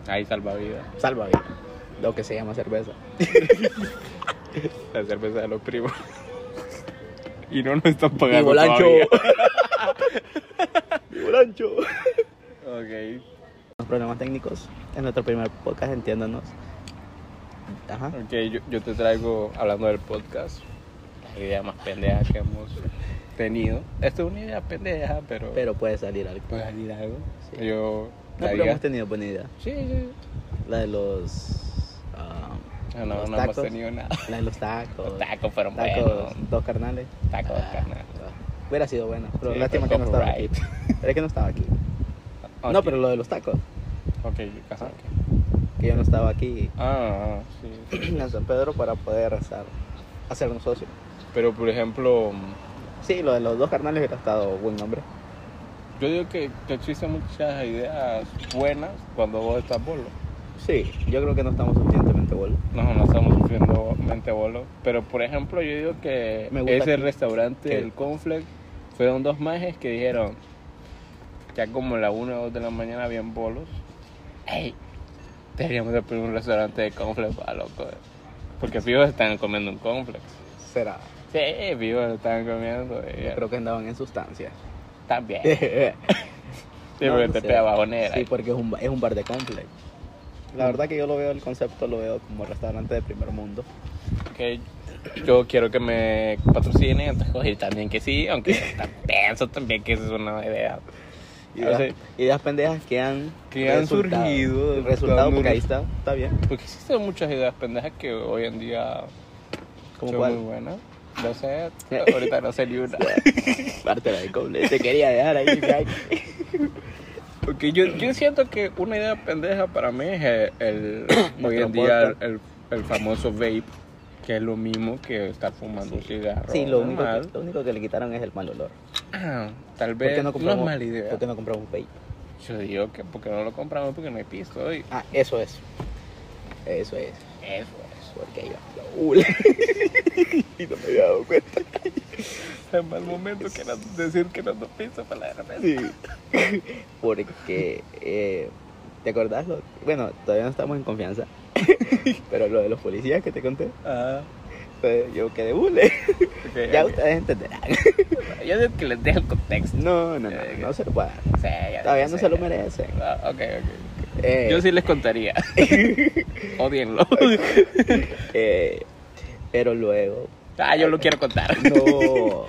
Ahí salva vida.
salva vida. Lo que se llama cerveza.
La cerveza de los primos. y no nos están
¡Y
pagando.
volancho!
todavía.
¡Y volancho!
Ok,
Los problemas técnicos en nuestro primer podcast, entiéndanos. Ajá.
ok, yo, yo te traigo, hablando del podcast, la idea más pendeja que hemos tenido. Esta es una idea pendeja, pero. pues,
Pero puede salir algo.
¿Puedes salir algo?
Sí.
Yo.
No,
la
pero
idea-
hemos tenido buena idea.
Sí, sí.
La de los. ah,
No, no,
Los
no hemos
tacos.
tenido nada.
la de los tacos.
Tacos fueron
Tacos,
buenos.
dos carnales.
Tacos,
Ah,
carnal.
ah. Hubiera sido buena, pero
Sí,
lástima
pero
que no estaba aquí.
copyright.
Pero es que no estaba aquí. No,
Ok.
pero Ah. lo de los tacos,
Ok, casa. ok.
que yo no estaba aquí
Ah, sí.
en San Pedro para poder hacer, hacernos socios.
Pero por ejemplo,
Sí, lo de los dos carnales hubiera estado buen nombre.
yo digo que, que existen muchas ideas buenas cuando vos estás bolo.
Sí, yo creo que no estamos suficientemente bolos.
No, no estamos sufriendo mente bolo. Pero por ejemplo, yo digo que
Me gusta
ese
que-
restaurante,
que-
el Conflex, fueron dos majes que dijeron, ya como la 1 o 2 de la mañana, bien bolos, hey, deberíamos de poner un restaurante de Conflex para loco. eh. Porque fijos están comiendo un Conflex.
Será,
Sí, fijos están comiendo. eh,
creo que andaban en sustancias.
También.
Sí,
Sí, porque
eh, no
te
sé.
pega bajonera.
Sí, porque es un, ba- es un bar de complex. La verdad que yo lo veo, el concepto lo veo como restaurante de primer mundo.
que yo quiero que me patrocinen, entonces y también que sí, aunque tam- pienso también que eso es una idea.
Ideas,
O sea,
ideas pendejas que han,
Ah, que han
resultado.
surgido,
Resultado,
dando
porque ahí
unos-
está, está bien.
Porque existen muchas ideas pendejas que hoy en día
Como
son
cuál?
muy buenas. No sé, ahorita no sé ni una.
Parte de complex. Te quería dejar ahí. Jack.
Porque yo, yo siento que una idea pendeja para mí es el, el- hoy en
Nuestro
día
podcast.
el, el famoso vape, que es lo mismo que estar fumando un cigarro.
Sí, lo único, que,
normal.
lo único que le quitaron es el mal olor.
Ah, tal
¿Por
vez
qué
no,
no compramos,
es mala idea.
¿por qué no compramos un vape?
Yo digo que porque no lo compramos porque no hay pisto hoy.
Ah, eso es. Eso es.
Eso
Porque yo lo hule. y no me había dado cuenta.
es. En mal momento que era decir que no dos pisto para la cerveza.
Sí. Porque, eh, ¿te acordás? Lo, bueno, todavía no estamos en confianza. Pero lo de los policías que te conté,
Ah,
pues, yo quedé hule.
ok,
Ya
ok.
ustedes entenderán.
Yo digo que les dejo el contexto.
No, no, no, no se lo puedo dar.
Sí, ya
Todavía
digo,
no
sí.
se lo merecen.
Ah, ok, ok.
Eh,
Yo sí les contaría. Odienlo.
Eh, pero luego
Ah, yo lo quiero contar.
No,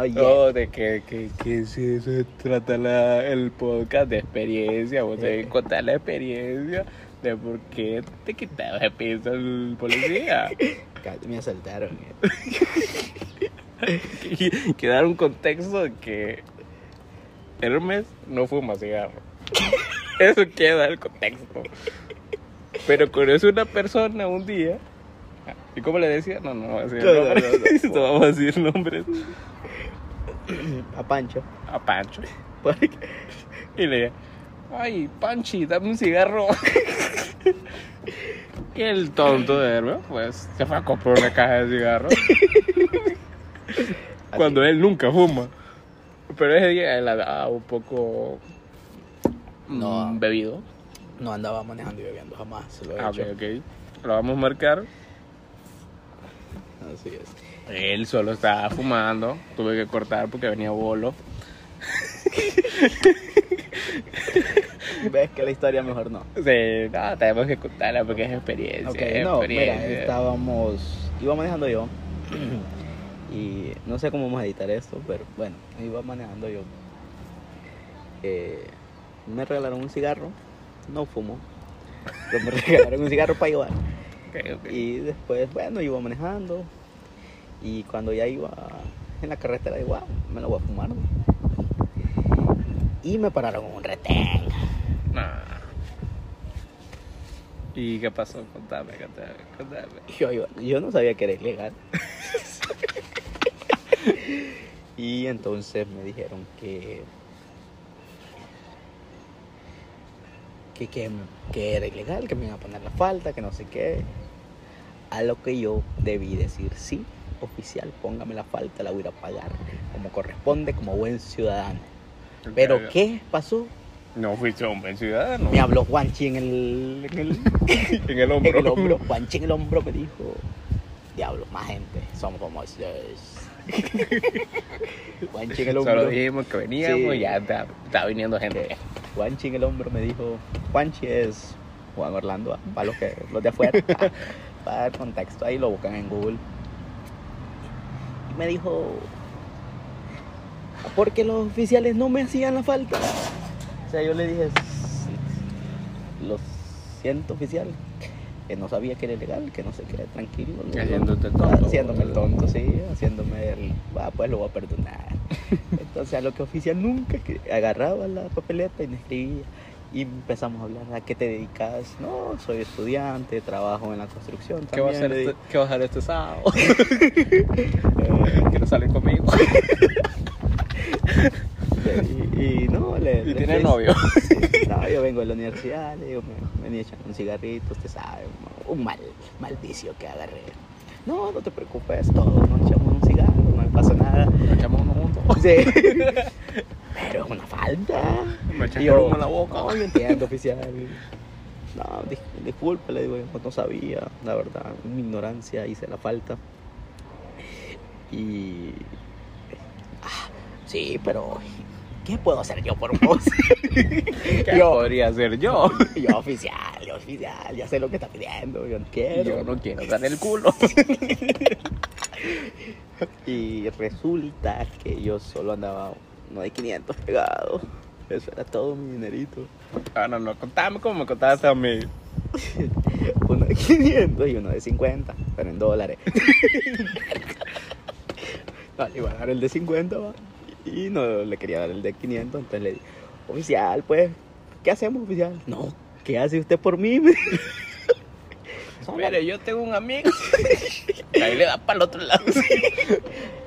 no, yeah.
No, de que, que, que si se trata la- el podcast de experiencia, vos debes contar la experiencia de por qué te quitabas el piso al policía.
Ca- Me asaltaron. eh.
y, que dar un contexto de que Hermes no fuma cigarro. Eso quiere dar el contexto. Pero conoce una persona un día. ¿Y cómo le decía? No, no, así
No, no,
no,
no, no.
no vamos a decir nombres.
A Pancho.
A Pancho.
Porque
Y le dije, ay, Panchi, dame un cigarro. y el tonto de Hermes, pues, se fue a comprar una caja de cigarros. cuando él nunca fuma. Pero ese día él andaba un poco mm,
No.
bebido.
no andaba manejando y bebiendo jamás. Se lo he
Ah, ok,
hecho.
ok. Lo vamos a marcar.
Así es.
Él solo estaba fumando. Tuve que cortar porque venía bolo.
Ves que la historia mejor no.
Sí, no, tenemos que contarla porque es experiencia.
Ok,
es
no, mira,
experiencia.
estábamos. Iba manejando yo. y no sé cómo vamos a editar esto, pero bueno, iba manejando yo. Eh, me regalaron un cigarro. No fumo. Pero me regalaron un cigarro para llevar.
Ok, ok.
Y después, bueno, iba manejando. Y cuando ya iba en la carretera, digo, "Ah, me lo voy a fumar. ¿no?". Y me pararon en un retén.
Nah. ¿Y qué pasó? Contame, contame, contame.
Yo, yo, yo no sabía que era ilegal. y entonces me dijeron que. Que, que, que era ilegal, que me iban a poner la falta, que no sé qué. A lo que yo debí decir, sí, oficial, póngame la falta, la voy a ir a pagar, como corresponde, como buen ciudadano. Pero
Ok,
¿qué pasó?
No fuiste un buen ciudadano.
Me habló Juanchi en el, en el,
En el hombro.
en el hombro, Juanchi en el hombro me dijo, diablo, más gente, somos famosos. Juanchi en el
Solo
hombro,
dijimos que veníamos
Sí.
y ya está, está viniendo gente.
Juanchi en el hombro me dijo, Juanchi es Juan Orlando, ah, para los, que, los de afuera, ah, para dar contexto, ahí lo buscan en Google. Y me dijo, porque los oficiales no me hacían la falta. O sea, yo le dije, "Sí, lo siento oficial, que no sabía que era ilegal, que no sé qué, tranquilo. lo- lo-
Haciéndote el tonto.
Haciéndome el tonto, sí, haciéndome el, "Ah, pues lo voy a perdonar. Entonces, a lo que oficial nunca, que agarraba la papeleta y me escribía. Y empezamos a hablar, ¿a qué te dedicas? No, soy estudiante, trabajo en la construcción.
¿Qué va, a
también",
hacer
le
este,
digo.
¿Qué va a hacer este sábado? ¿Quieres salir conmigo?
Eh, Y, y no, le... le
¿Y tiene
empiezo-
novio?
Sí, no, yo vengo de la universidad, le digo, me venía echando un cigarrito, usted sabe, un- un mal, mal vicio que agarré. No, no te preocupes, todos nos echamos un cigarro, no me pasa nada.
Nos echamos uno juntos.
Sí. Pero es una falta.
Me echaste
Y yo,
humo en la boca.
No, yo entiendo, oficial. No, dis- disculpe, le digo, yo no sabía, la verdad, mi ignorancia, hice la falta. Y... "Ah, sí, pero... ¿Qué puedo hacer yo por vos?
¿Qué
Yo-
podría hacer yo?
Yo oficial, yo oficial, ya sé lo que está pidiendo, yo quiero.
Yo no quiero dar el culo.
Y resulta que yo solo andaba, no hay 500 pegados, eso era todo mi dinerito.
Ah, no, no, contame como me contaste a mí.
Uno de 500 y uno de 50, pero en dólares. no, le iba a dar el de 50 va, y no le quería dar el de 500, entonces le dije, oficial, pues, ¿qué hacemos, oficial? No, ¿qué hace usted por mí?
Pero yo tengo un amigo. Ahí le da para el otro lado.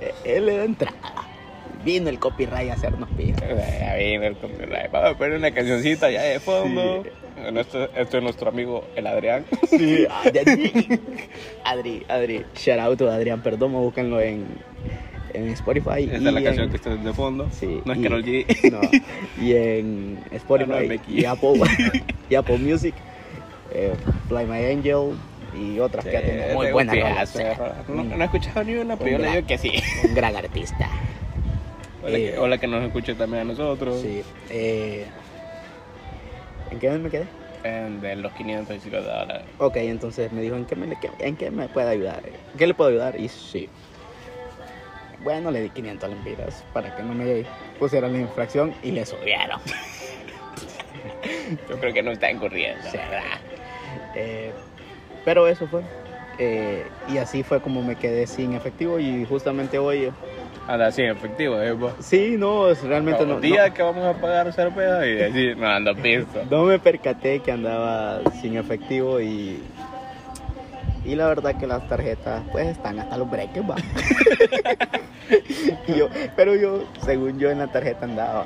Eh, Él le da entrada. Vino el copyright a hacernos pija.
A ver, el copyright. Vamos a poner una cancioncita ya de fondo. Bueno, esto, esto es nuestro amigo el Adrián.
Sí, ah, de allí. Adri, Adri, shout out a Adrián Perdomo, búsquenlo en, en Spotify.
Esta es
y
la
en-
canción que está de fondo.
Sí,
no es
y-
Carol G.
no, y en Spotify
Ah, no, Becky.
y, Apple, y Apple Music, eh, Fly My Angel y otras que ha tenido. Muy
Tengo
buena
que
rola, Mm.
hacer.
o sea,
No, no he escuchado ni una, pero yo le digo que sí.
Un gran artista.
Hola, que,
Eh.
hola que nos escuche también a nosotros.
Sí. eh, ¿En qué me quedé?
En- de los 550 dólares.
Ok, entonces me dijo, ¿en qué me, le- qué- en qué me puede ayudar? ¿En qué le puedo ayudar? Y sí, Bueno, le di 500 lempiras para que no me pusieran la infracción y le subieron.
Yo creo que no están corriendo.
¿verdad? Eh, pero eso fue. Eh, y así fue como me quedé sin efectivo y justamente hoy...
Ahora sí, en efectivo, ¿eh? vos.
Sí, no, es- realmente
Un
no,
día
no-
que vamos a pagar cerveza y decir, no ando pisto.
no me percaté que andaba sin efectivo y... Y la verdad que las tarjetas pues están hasta los breques, va. Y yo, pero yo, según yo en la tarjeta andaba.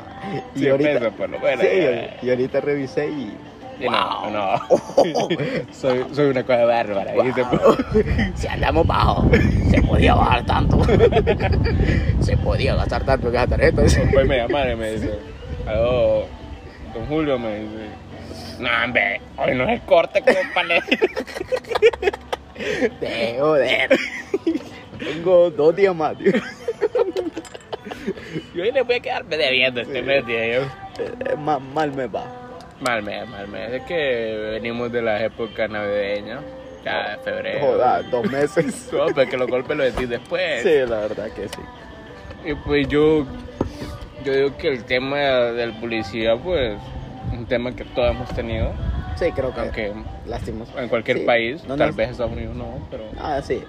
Y
100
ahorita,
pesos por lo menos.
sí,
pues, ya.
y ahorita revisé y...
Y No, no. soy, soy una cosa bárbara. ¿viste?
Wow. si andamos bajo, se podía bajar tanto. se podía gastar tanto en esa tarjeta.
Después me llamaron y me dice, aló, don Julio me dice, no, hombre, hoy no es corte, compadre.
De joder. Tengo dos días más, tío.
Yo hoy le voy a quedarme debiendo este mes, dije yo.
Eh, ma- mal me va.
Mal mes, mal mes. Es que venimos de las épocas navideñas, ya
Eh.
febrero.
Joder, dos meses.
No, pero que los golpes los decís después.
Sí, la verdad que sí.
Y pues yo, yo digo que el tema del policía, pues, un tema que todos hemos tenido,
Sí, creo que.
aunque
Lástimos.
en cualquier
Sí.
país,
No, no,
tal vez Estados Unidos no, pero
Ah, sí.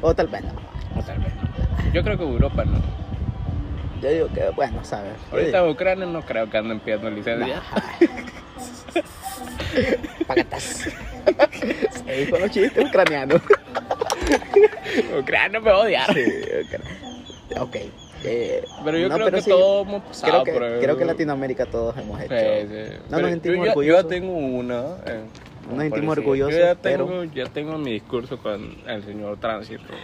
O tal vez no.
o tal vez no. Yo creo que Europa no.
Yo digo que, bueno, ¿sabes?
Ahorita Ucrania no creo que anden pidiendo licencia.
Pagatas. Ahí con los chistes ucranianos.
Ucrania me va a odiar.
Sí, ok. Ok. eh,
Pero yo
no,
creo que
sí,
todos hemos pasado
Creo que,
por eso.
creo que en Latinoamérica todos hemos
Sí,
hecho.
sí.
No
Pero
nos sentimos
yo, ya-
orgullosos.
Yo ya tengo una. eh,
No nos sentimos
parecida.
orgullosos,
Yo ya
pero-
tengo, ya tengo mi discurso con el señor Tránsito.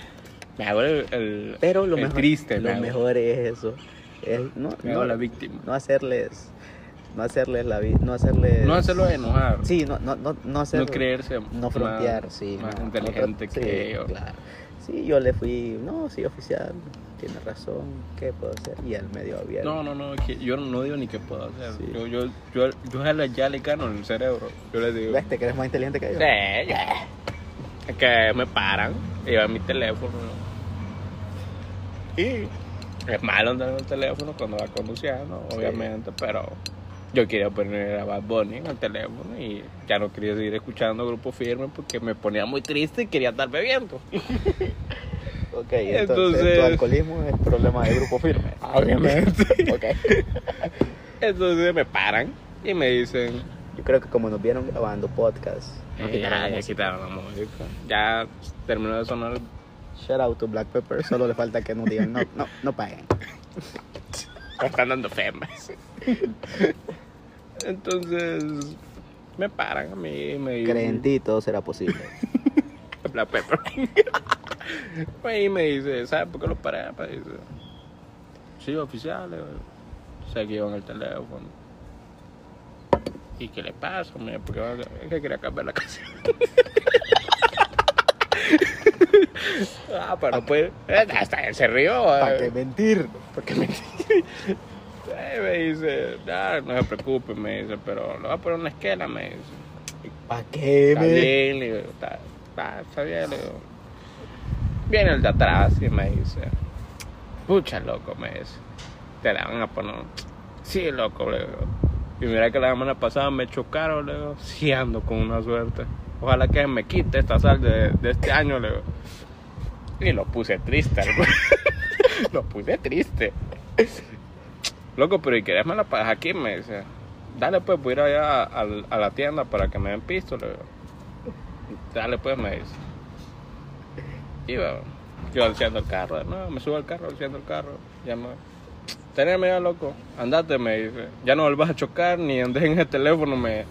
Me hago el, el-
Pero lo
el
mejor,
triste, me
lo
hago.
mejor es eso. es no,
Me
no-
hago la víctima.
no hacerles, no hacerles la vida, no hacerles.
No hacerlo enojar.
Sí, no, no, no, no hacer.
no creerse.
No
más-
frontear, sí.
Más
no,
inteligente
no
que
fron- sí,
yo.
Claro. Sí, yo le fui, no, sí, oficial, tiene razón, ¿qué puedo hacer? Y él medio abierto.
No, no, no, que yo no digo ni qué puedo hacer.
Sí.
Yo, yo, yo, yo a la- ya le gano el cerebro. Yo le digo.
¿Ves? Te crees más inteligente que yo.
Sí, ya. Es que me paran, llevan mi teléfono. Y es malo andar en el teléfono cuando vas conduciendo,
Sí.
obviamente, pero yo quería poner a Bad Bunny en el teléfono y ya no quería seguir escuchando Grupo Firme porque me ponía muy triste y quería estar bebiendo.
Ok, entonces,
Entonces-
tu alcoholismo es problema de grupo firme. Ok.
Entonces me paran y me dicen,
Yo creo que como nos vieron grabando podcast, nos
"Eh,
quitaron la
ya, ya
música.
quitaron la música, ya terminó de sonar
Shout out to Black Pepper, solo le falta que nos digan, no, no, no paguen.
Me están dando femas. Entonces, me paran a mí y me dicen.
Creen en ti, todo será posible.
Black Pepper. Ahí me dice, ¿sabes por qué lo paré? Me dice, sí, oficiales. Se que en el teléfono. ¿Y qué le pasa, mire? Porque va a- es que quería cambiar la canción. ah, pero pues, eh, hasta él se rió.
¿Para
eh.
qué mentir? ¿Para qué mentir?
Eh, me dice, "Ah, no se preocupe, me dice, pero lo va a poner una esquela, me dice.
¿Para qué
Está
mentir?
bien, le digo, está, está, está bien, le digo. Viene el de atrás y me dice, pucha, loco, me dice, te la van a poner. Sí, loco, le digo. Y mira que la semana pasada me chocaron, le digo, sí ando con una suerte. Ojalá que me quite esta sal de, de este año, le digo. Y lo puse triste, al güey. lo puse triste. Loco, pero ¿y querés me la pagas aquí? Me dice. Dale, pues, voy a ir allá a, a la tienda para que me den pisto, le digo. Dale, pues, me dice. Y va. Yo alciando el carro, no, me subo al carro, alciando el carro. Ya me. Teneme ya, loco. Andate, me dice. Ya no vuelvas a chocar ni andes en el teléfono, me.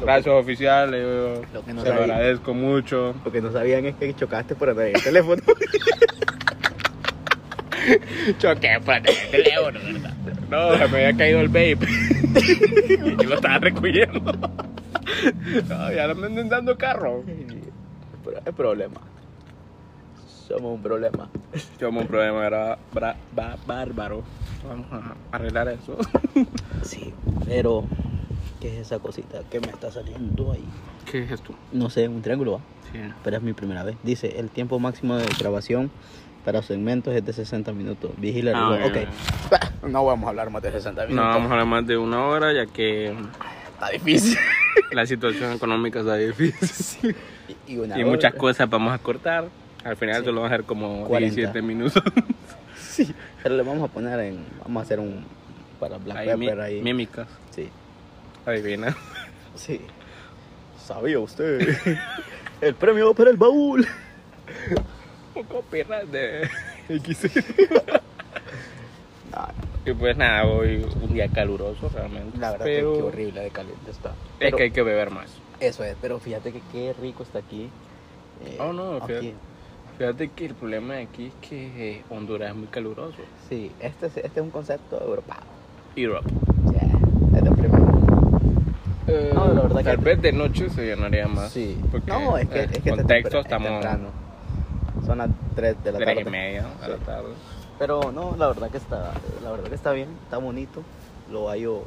Gracias, oficial, le digo.
Lo que no
Se lo
sabía.
agradezco mucho.
Lo que no sabían es que chocaste por andar en el teléfono.
Choqué para tener teléfono, ¿verdad? No, se me había caído el vape. y yo lo estaba recogiendo. No, ya me andan dando carro.
Pero es problema. Somos un problema.
Tuvimos un problema era bra- ba- bárbaro. Vamos a arreglar eso.
Sí, pero ¿qué es esa cosita que me está saliendo ahí?
¿Qué es esto?
No sé, un triángulo, ¿va?
Sí.
pero es mi primera vez. Dice, el tiempo máximo de grabación Para segmentos es de 60 minutos. Vigila.
Ah,
reloj.
ok,
ok. No vamos a hablar más de 60
No,
minutos.
vamos a hablar más de una hora, ya que
Está difícil.
la situación económica está difícil.
Y, y una
Y
hora.
muchas cosas vamos a cortar. Al final
Sí.
solo va a ser como
40.
17 minutos.
Sí. Pero le vamos a poner en. Vamos a hacer un. Para Black
Ahí, mi-
Pepper ahí.
Mímicas.
Sí.
Adivina.
Sí. ¿Sabía usted? el premio para el baúl.
Un copyright de XC.
No,
Y pues nada, hoy un día caluroso realmente.
la verdad
pero
que qué horrible de caliente está.
Es
Pero-
que hay que beber más.
Eso es, pero fíjate que qué rico está aquí. Eh,
Oh, no,
aquí.
fíjate. Fíjate que el problema de aquí es que eh, Honduras es muy caluroso.
Sí, este es, este es un concepto europeo.
Europe.
Yeah, es del primer mundo. No, la verdad que-
Tal vez de noche se llenaría más.
Sí.
Porque,
no, es que,
eh,
es que
contexto
tempra-
estamos-
temprano. Son las 3 de la
Tres y
tarde.
media a la
Sí.
tarde.
Pero no, la verdad que está, la verdad que está bien, está bonito. Lo hallo.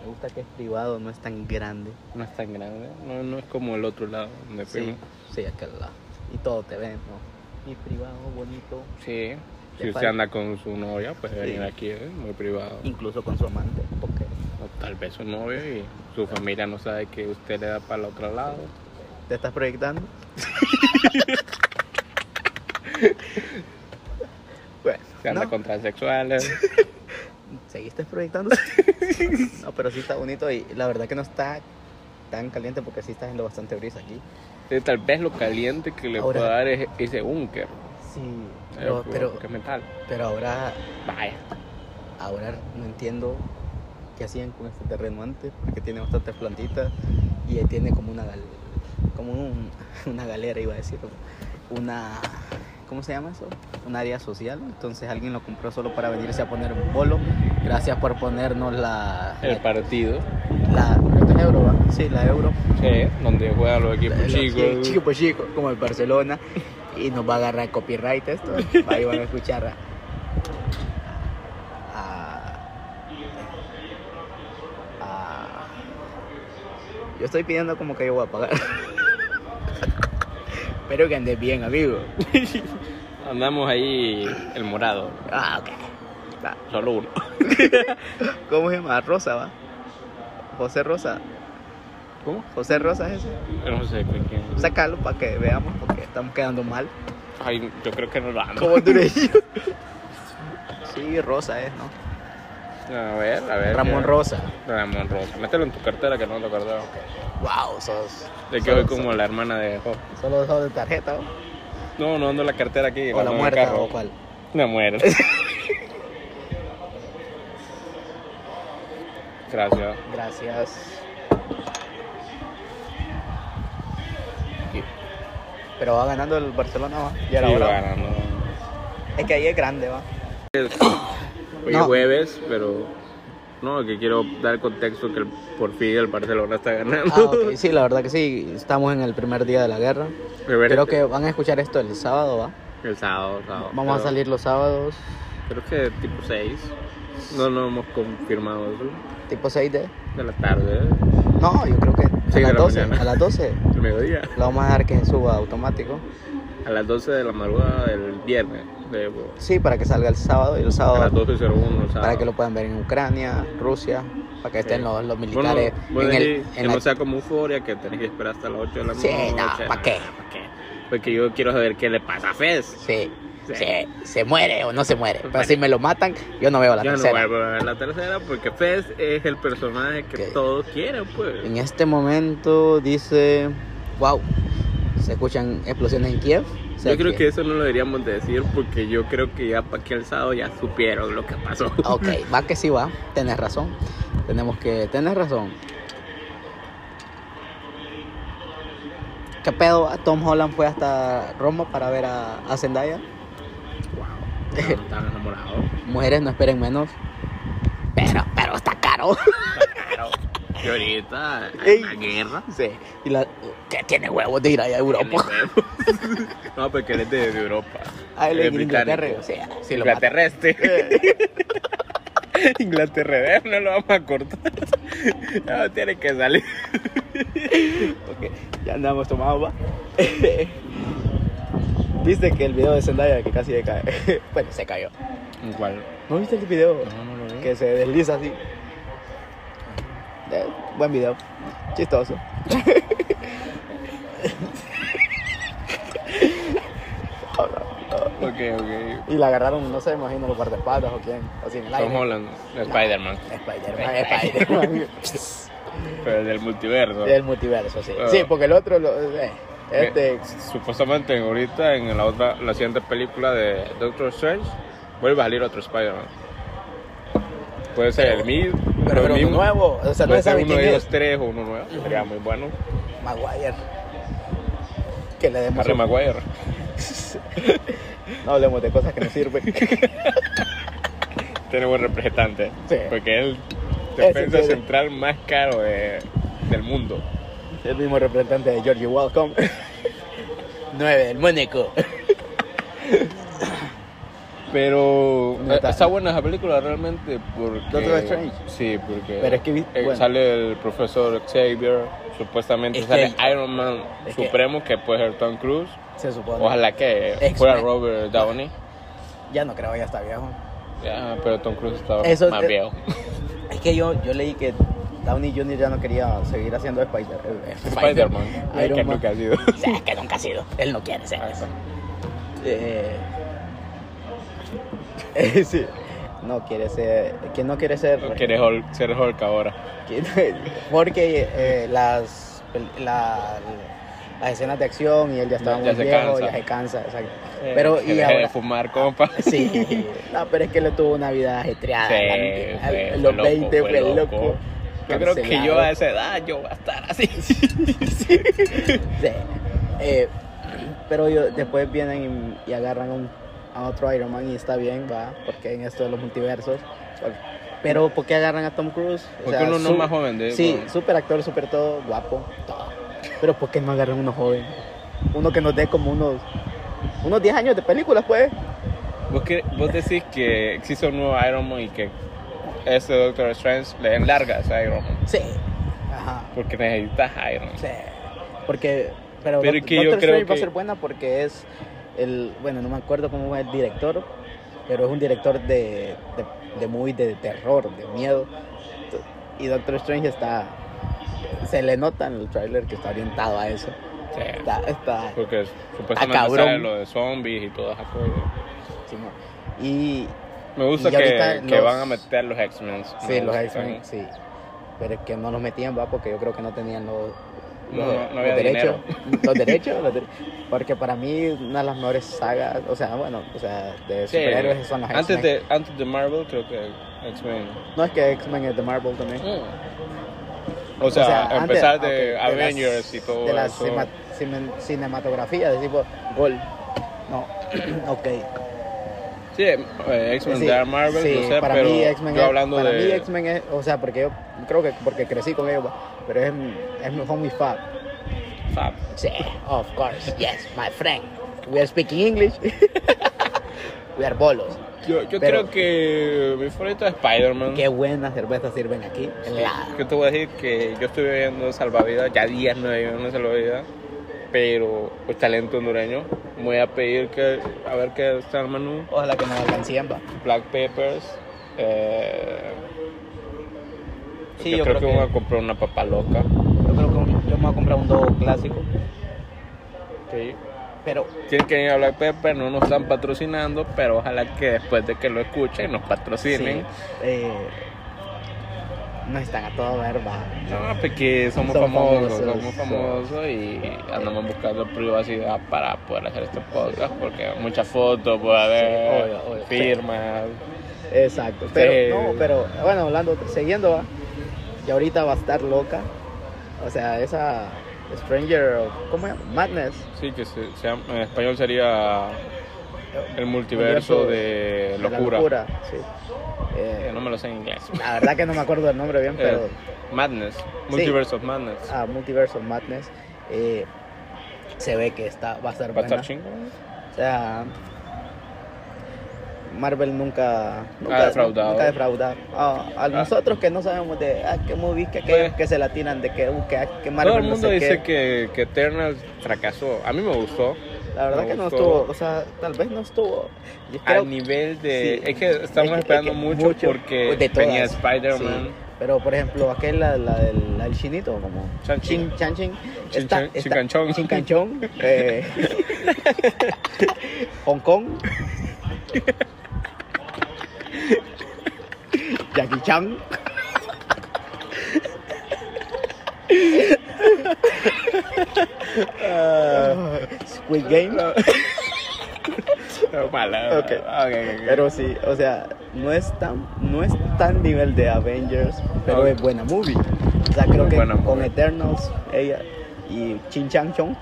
Me gusta que es privado, no es tan grande.
No es tan grande. No, no es como el otro lado donde
Sí,
fuimos.
sí, aquel lado. Y todo te ven, ¿no? Y privado, bonito,
Sí. Si
De
usted
pal-
anda con su novia, puede venir aquí, eh, muy privado.
incluso con su amante, porque
O tal vez su novio y su familia no sabe que usted le da para el otro lado.
te estás proyectando. bueno,
Se anda
no,
con transexuales.
seguiste proyectando. no, pero sí está bonito y la verdad que no está tan caliente porque sí está haciendo bastante brisa aquí.
Eh, Tal vez lo caliente que le
Ahora-
pueda dar es ese búnker.
Sí,
eh,
pero, pero,
que es metal.
pero ahora
Vaya.
Ahora no entiendo qué hacían con este terreno antes, porque tiene bastantes plantitas y ahí tiene como una gal- como un- una galera, iba a decir, una ¿cómo se llama eso? Un área social. Entonces alguien lo compró solo para venirse a poner un bolo. Gracias por ponernos la
El partido.
la esto es euro, ¿va? Sí, la euro.
Sí, donde juegan los equipos
Eh, Los- sí,
chicos.
chico por chico, como el Barcelona y nos va a agarrar copyright esto. Ahí van a escuchar a, a, a- Yo estoy pidiendo como que yo voy a pagar. Espero que andes bien, amigo.
Andamos ahí el morado.
Ah, ok. Va.
Solo uno.
¿Cómo se llama? Rosa, va. José Rosa.
¿Cómo?
José Rosa es ese.
No sé ¿qué- qué?
Sácalo para que veamos porque estamos quedando mal.
Ay, yo creo que no lo ando.
Como hondureño. Sí, Rosa es, ¿no?
A ver, a ver.
Ramón
ya.
Rosa.
Ramón Rosa. Mételo en tu cartera que no lo acordaba.
Wow, sos.
De que
solo-
voy como la hermana de Job.
so- Solo dos de tarjeta, ¿o?
No, no ando la cartera aquí.
O la
ando en el
muerta,
carro.
¿o cuál?
Me muero. Gracias.
Gracias. Pero va ganando el Barcelona, va. Y ahora,
Sí,
ahora.
ganando.
Es que ahí es grande, va.
Hoy
No.
es jueves, pero no, que quiero dar contexto que el- por fin el Barcelona está ganando.
Ah, ok, sí, la verdad que sí. Estamos en el primer día de la guerra.
Pero este- ver-
Creo que van a escuchar esto el sábado, va.
el sábado, sábado.
Vamos a
Pero
salir los sábados,
Creo que tipo 6. No, no hemos confirmado eso.
tipo 6 de.
De la tarde,
No, yo creo que a
de la
las 12.
mañana.
A las 12.
el mediodía.
Lo vamos a dejar que suba automático.
A las 12 de la madrugada del viernes. De,
Sí, para que salga el sábado y el
a las
sábado
12.01. el sábado.
Oh. para que lo puedan ver en Ucrania, Rusia, para que estén
Sí.
los, los
Bueno,
militares
bueno,
en el
sí, que
en la-
no sea como euforia, que tenés que esperar hasta las 8 de la
Sí,
noche.
no, ¿pa' qué?
¿Pa' qué? Porque yo quiero saber qué le pasa a Fez.
Sí,
Sí.
Se, se muere o no se muere. Pero si me lo matan, yo no veo la
yo no voy
tercera.
a volver a ver la tercera porque Fez es el personaje que
¿Qué?
todos quieren, pues.
En este momento dice, wow, se escuchan explosiones en Kiev. O sea
Yo creo que eso no lo deberíamos de decir porque yo creo que ya para que el sábado ya supieron lo que pasó.
Ok, va que sí va, tenés razón. Tenemos que tenés razón. ¿Qué pedo? Tom Holland fue hasta Roma para ver a, a Zendaya.
Wow. Están enamorados.
Mujeres no esperen menos. Pero, pero está caro.
Claro. Y ahorita hay
Ey.
una guerra.
Sí. Y la que tiene huevos de ir allá a Europa.
No, porque él es de, de Europa.
A él
Él
le
es
Inglaterra.
británico.
Sí, sí lo Eh. mata.
Inglaterrestre. Inglaterra, no lo vamos a cortar. No, tiene que salir.
Ok, Ya andamos tomados, va. Viste que el video de Zendaya que casi se cae. bueno, se cayó.
Igual.
¿No viste el video?
No, no lo vi.
Que se desliza así. Eh, buen video. Chistoso.
Ok, ok.
Y la agarraron, no sé, imagino, los guardaespaldas o quién. Así en el aire.
Tom Holland, Spider-Man,
Spider-Man, Spider-Man.
pero del multiverso.
Del multiverso, sí. Sí, porque el otro, lo- eh, este,
Que, Supuestamente ahorita en la otra, la siguiente película de Doctor Strange vuelve a salir otro Spider-Man. Puede ser el mismo,
pero,
el
pero
mismo.
nuevo, o sea, no se
puede ser
sabe
uno
quién
de ellos
es.
tres o uno nuevo. Sería muy bueno.
Maguire. Que le demos.
Harry Maguire.
No hablemos de cosas que no sirven.
Tiene buen representante.
Sí.
Porque es el
Ese
defensa
tiene.
central más caro de- del mundo.
El mismo representante de Georgie Welcome. 9 del Mónaco.
Pero
No
eh,
está-
está, buena esa película realmente porque...
Doctor Strange.
Sí, porque
Pero es que vi-
eh,
bueno.
sale el profesor Xavier, supuestamente
Es
sale
que-
Iron Man
es que-
Supremo, que... puede ser Tom Cruise.
Se supone.
Ojalá que
X-Men.
fuera Robert Downey.
Ya no creo, ya está viejo.
Ya, pero Tom Cruise estaba
Eso-
más
eh,
viejo.
Es que yo, yo leí que Downey Jr. ya no quería seguir haciendo Spider- eh,
Spider-Man, Ay, Ah, que
Iron Man.
nunca ha sido.
Sí, es que nunca ha sido. Él no quiere ser eso. Eh, eh, sí. No quiere ser. Que no quiere ser.
No Quiere Hulk- ser Hulk ahora.
que- porque eh, las, pel- la- las escenas de acción y él ya estaba
Ya
muy
se
viejo,
cansa.
ya se cansa. exacto.
Eh,
Pero
que
y
deje de
ahora.
fumar, compa.
Sí, no, pero es que le tuvo una vida ajetreada.
Sí,
la- a-
fue-
a los
fue loco,
20
fue
fue loco.
loco. Yo creo que yo
Cancelado.
a esa edad yo voy a estar así.
Sí. Eh, pero yo- después vienen y, y agarran a un- a otro Iron Man y está bien, va, porque en esto de los multiversos. por- Pero ¿por qué agarran a Tom Cruise? O
Porque uno no
su-
más joven de
Sí,
bueno.
súper actor, súper todo, guapo, todo. Pero ¿por qué no agarran uno joven? Uno que nos dé como unos unos 10 años de películas, pues.
¿Vos, cre- vos decís que existe un nuevo Iron Man y que ese Doctor Strange le den largas a Iron Man.
Sí. Ajá.
Porque necesitas a Iron Man.
Sí. Porque pero,
Pero es
Doc-
que yo
Doctor
creo
Strange va a
que-
ser buena porque es el bueno, no me acuerdo cómo es el director, pero es un director de de, de movies de terror, de miedo. T- Y Doctor Strange está se le nota en el tráiler que está orientado a eso.
Sí.
Está está
Porque
Ah,
supuestamente
cabrón.
sale lo de zombies y todas esas cosas.
chimo. y
Me gusta
Y ahorita
que, que
los-
van a meter los X-Men.
sí,
Me
los
gusta.
X-Men, sí. Pero es que no los metían, va, porque yo creo que no tenían los,
No,
los-
no
los
había
derechos. Los derechos, los dere- porque para mí una de las mejores sagas, o sea, bueno, o sea, de
Sí.
superhéroes son los
Antes
X-Men.
de, antes de Marvel, creo que X-Men.
No es que X-Men es de Marvel también.
O sea,
Mm. antes-
empezar
ok,
de
las-
Avengers y todo
De la
eso.
cima- cine- cinematografía, de tipo gol. No, ok.
Sí, eh, X-Men
Sí,
de Marvel,
sí,
no sé,
para
pero
mí X-Men
yo
es-
hablando
para mí
de...
X-Men es, o sea, porque yo creo que porque crecí con ellos, pero es, mi- es mi homie fab.
Fab.
Sí, of course, yes, my friend. We are speaking English. We are bolos.
Yo, yo
Pero-
creo que mi favorito es Spider-Man.
Qué buenas cervezas sirven aquí. La-
Yo te voy a decir que yo estoy bebiendo salvavidas, ya días no he bebido una salvavidas, pero el talento hondureño. Voy a pedir que, a ver qué está el menú.
Ojalá que nos alcancien, va.
Black Peppers. eh,
Sí,
yo, creo, que voy a comprar una papa loca.
Yo creo que un- yo me voy a comprar un dogo clásico.
Sí.
Pero
Tienen que ir a Black Pepper, no nos están patrocinando, pero ojalá que después de que lo escuchen nos patrocinen.
eh, no están a todo ver, va.
No, porque somos,
Son
famosos,
famosos,
somos famosos y andamos buscando privacidad para poder hacer este podcast porque muchas fotos puede haber,
obvio, obvio.
firmas.
Exacto.
Sí.
Pero, no, pero bueno, hablando, siguiendo, va. Y ahorita va a estar loca. O sea, esa Stranger, ¿cómo es? Madness.
Sí, que se, se llama- en español sería el multiverso
Universo
de locura.
La locura, sí. Eh,
Eh, No me lo sé en inglés.
La verdad que no me acuerdo del nombre bien, pero
Eh, Madness, multiverso of Madness.
a Multiverse of Madness eh, se ve que está, va a estar
Va a
buena.
estar chingón.
O sea, Marvel nunca, nunca
Ha defraudado.
nunca defrauda. Ah, a nosotros que no sabemos de ah, qué movies, que aquellos
Pues-
que se la tiran, de que, uh, que, que Marvel
Todo el mundo
no sé
dice
qué.
que, que Eternals fracasó. A mí me gustó.
La verdad
Me
que no
gustó. Ah,
estuvo, o sea, tal vez no estuvo. Yo creo-
Al nivel de.
sí.
Es que estamos
Es que-
esperando
es que
mucho, porque
de
venía
todas,
Spider-Man.
sí. Pero por ejemplo, aquel, la, la del, la del chinito, como.
Chan Chin.
Chin, Chan Chin.
Chin
está-
Chan-
está-
Chincanchón.
Chincanchón. eh, Hong Kong. Jackie Chan. Ah, Squid Game.
Pero mala.
Ok.
ok, ok.
Pero sí, o sea, no es tan, no es tan nivel de Avengers, pero
No.
es buena movie. O sea, creo
Muy
que
buena
con
movie.
Eternals, ella y Chin Chang Chong.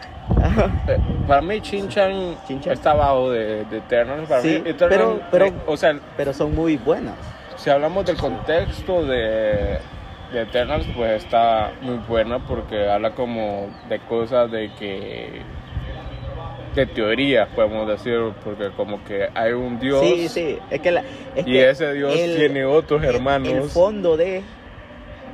Eh, Para mí, Chin Chan
Chin Chan.
está abajo de, de Eternals. Para
Sí,
mí, Eternals,
pero- pero-
eh, o sea,
pero son muy buenas.
si hablamos del contexto de, de Eternals, pues está muy buena porque habla como de cosas de que. de teorías, podemos decir, porque como que hay un dios.
Sí, sí, es que la, es
Y
que
ese dios
el-
tiene otros
el-
hermanos.
El fondo de.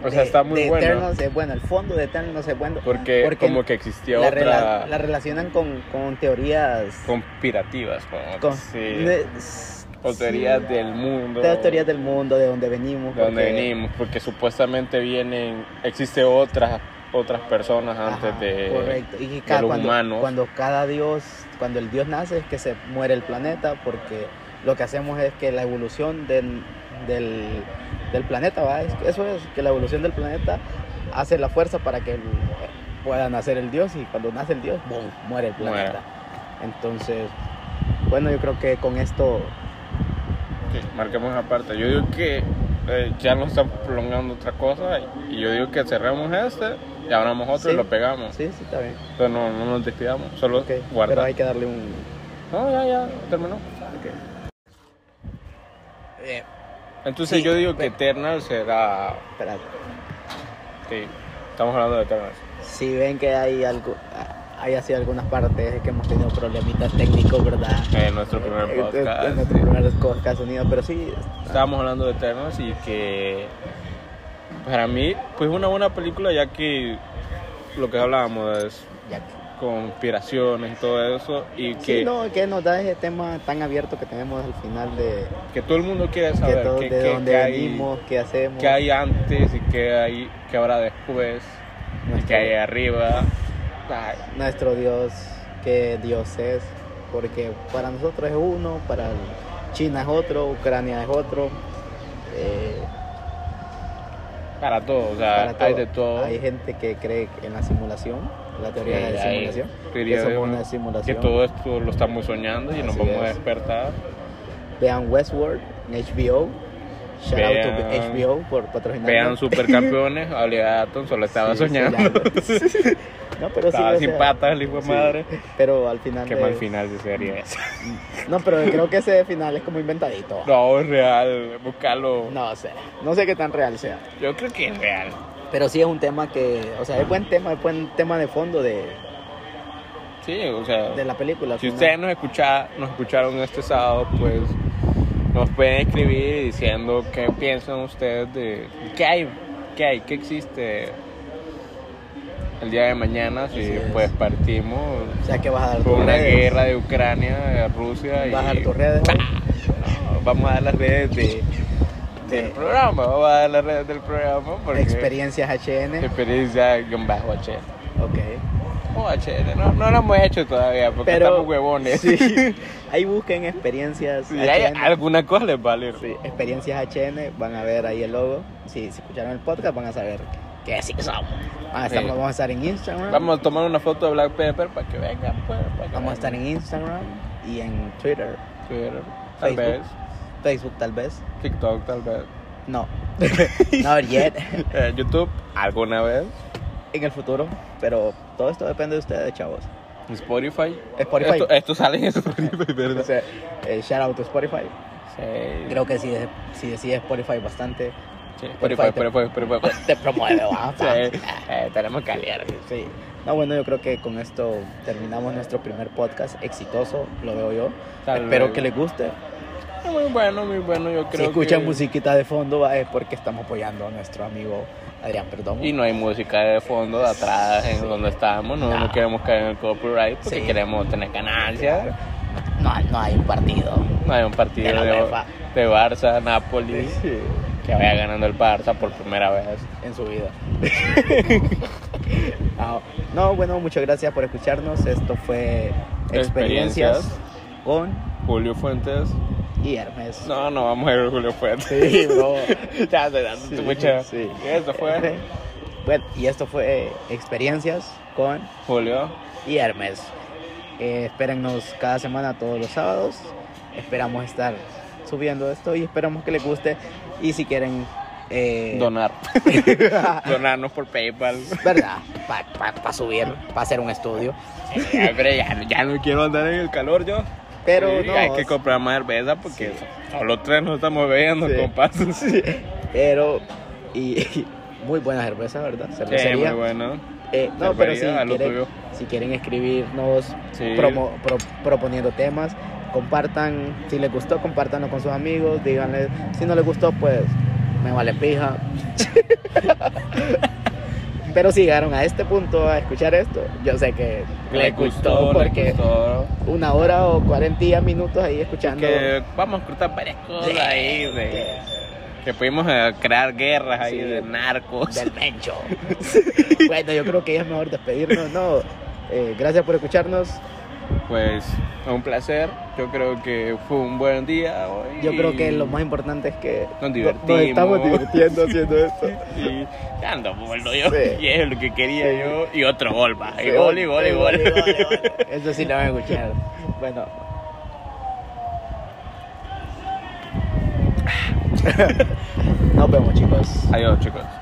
o sea,
de-
está muy
de
bueno.
Eternals es bueno, el fondo de Eternals es bueno.
Porque, como que existía
la,
otra
rela- la relacionan con, con teorías.
conspirativas, podemos
con-
decir,
de- s-
o
sí,
teorías del mundo.
de las teorías del mundo, de donde venimos.
de donde
porque-
venimos, porque supuestamente vienen, existe otras otras personas antes
Ajá,
de
correcto y que cada,
los
cuando,
humanos.
cuando cada dios cuando el dios nace es que se muere el planeta porque lo que hacemos es que la evolución del, del, del planeta va Es- eso es que la evolución del planeta hace la fuerza para que el- pueda nacer el dios y cuando nace el dios boom, muere el
Muere.
planeta entonces bueno yo creo que con esto
Sí, marquemos aparte. Yo digo que eh, ya nos están prolongando otra cosa y yo digo que cerramos este y abramos otro y
Sí.
lo pegamos.
sí sí está bien
Entonces no, no nos despidamos, solo
Ok, pero
Ah. guarda.
hay que darle un
No, ya, ya, terminó.
eh,
Entonces
Sí,
yo digo que
pero-
Eternal será...
espérate.
Sí, estamos hablando de Eternal.
Si ven que hay algo, hay así algunas partes que hemos tenido problemitas técnicos, ¿verdad?
En nuestro primer
Eh, eh,
podcast.
En nuestro
sí.
primer podcast unido, pero sí.
Estábamos hablando de Eternos y que para mí pues una buena película ya que lo que hablábamos es
ya-
conspiraciones y todo eso y que,
Sí, no, que nos da ese tema tan abierto que tenemos al final de
que todo el mundo quiere
que
saber
todo-
qué-
de
qué-
dónde
qué
venimos, qué
hay,
hacemos.
qué hay antes y qué, hay, qué habrá después y
nuestro,
qué hay arriba. Ay,
nuestro Dios, qué Dios es. Porque para nosotros es uno, para China es otro, Ucrania es otro. eh,
para todo, o sea,
para todo.
Ah, hay de todo.
Hay gente que cree en la simulación, la teoría de la
Hay- hay
simulación.
teoría
que
de
somos
una-
una
que
simulación.
todo esto lo estamos soñando y nos
Así
vamos a
es.
despertar.
Vean Westworld en HBO. Shout out
Vean-
to HBO por patrocinar.
Vean Supercampeones, Olivia Atton solo estaba soñando.
no, pero sí.
Estaba
o
sin
sea,
patas, el hijo de
sí,
madre.
Pero al final.
Qué
es-
mal final de serie es.
No, pero creo que ese final es como inventadito.
No, es real, búscalo.
No sé. No sé qué tan real sea.
Yo creo que es real.
Pero sí es un tema que. O sea, es buen tema, es buen tema de fondo de,
Sí, o sea,
de la película. al
si
final.
ustedes nos, escucha, nos escucharon este sábado, pues nos pueden escribir diciendo qué piensan ustedes de qué hay, qué hay, qué existe el día de mañana, si
Así es.
pues partimos
O sea, que vas a dar
por
tus
una
redes,
guerra de Ucrania, de Rusia y
Vas a dar tus redes. hoy.
No, vamos a dar las redes de,
De-
del programa, vamos a dar las redes del programa porque
Experiencias HN.
experiencia guión bajo HL.
Ok.
Oh, HL, no, no lo hemos hecho todavía porque
Pero-
estamos huevones.
Sí. Ahí busquen experiencias.
Si hay
HN.
alguna cosa les va a leer.
Sí, experiencias HN. Van a ver ahí el logo. Si, si escucharon el podcast, van a saber que sí que somos. Van a estar-
Sí.
Vamos a estar en Instagram.
Vamos a tomar una foto de Black Pepper para que vengan. Pues, para que
Vamos a estar en Instagram y en Twitter.
Twitter, tal
Facebook.
vez.
Facebook, tal vez.
TikTok, tal vez.
No. Not yet.
Eh, YouTube, alguna vez.
En el futuro. Pero todo esto depende de ustedes, chavos.
Spotify.
Spotify.
Esto, esto sale en Spotify, ¿verdad?
O sea, eh, shout out to Spotify.
Sí.
Creo que si, si decís Spotify bastante,
Sí, Spotify, Spotify, Spotify.
te- te promueve, ¿va?
Sí, eh, tenemos que aliar.
Sí. No, bueno, yo creo que con esto terminamos nuestro primer podcast exitoso, lo veo yo.
Tal
Espero
vez.
que les guste.
Muy bueno, muy bueno, yo creo
si escuchan
que-
musiquita de fondo, va, es porque estamos apoyando a nuestro amigo Adrián, perdón.
Y no hay música de fondo de atrás en donde estábamos, no, no
No.
queremos caer en el copyright porque
Sí.
queremos tener ganancias.
No, no hay un partido.
No hay un partido
De la
de,
UEFA.
de Barça, Napoli, que vaya ganando el Barça por primera vez.
en su vida. Ah, no, bueno, muchas gracias por escucharnos. Esto fue
Experiencias.
Experiencias con
Julio Fuentes.
y Hermes.
No, no vamos a ir Julio Fuentes.
Sí, bro.
ya se da
Sí,
mucha.
sí.
Eso fue
Bueno, y esto fue Experiencias con
Julio.
y Hermes. Eh, espérennos cada semana todos los sábados. Esperamos estar subiendo esto y esperamos que les guste. Y si quieren... eh,
Donar. Donarnos por PayPal.
¿Verdad? Para subir, para hacer un estudio.
Ya, pero ya, no- ya no quiero andar en el calor yo.
Pero
Sí,
no,
Hay que comprar más cerveza porque los tres nos estamos bebiendo,
Sí.
compas.
Pero, y, y muy buena cerveza, ¿verdad?
Sí,
Cervecería.
muy bueno.
Eh, no, pero si
Cervecería, a lo
quieren,
tuyo.
si quieren escribirnos
Sí.
promo- pro- proponiendo temas, compartan. Si les gustó, compártanlo con sus amigos. Díganle, si no les gustó, pues me vale pija. pero si llegaron a este punto a escuchar esto, yo sé que
Le
les gustó,
gustó,
porque
le gustó.
una hora o 40 minutos ahí escuchando. eh,
Que vamos a cortar varias cosas ahí de- Que pudimos eh, crear guerras ahí
Sí.
de narcos.
del mencho. bueno, yo creo que ya es mejor despedirnos, ¿no? Eh, gracias por escucharnos.
Pues un placer. Yo creo que fue un buen día hoy.
Yo creo que
y-
lo más importante es que
Nos
no-
divertimos.
estamos divirtiendo haciendo esto.
Y ya ando vuelto yo.
Sí.
Y es lo que quería
Sí.
yo. Y otro gol, va. Y gol, y gol, y gol.
gol, y gol. Eso sí lo van a escuchar. Bueno. Nos vemos, chicos.
Adiós, chicos.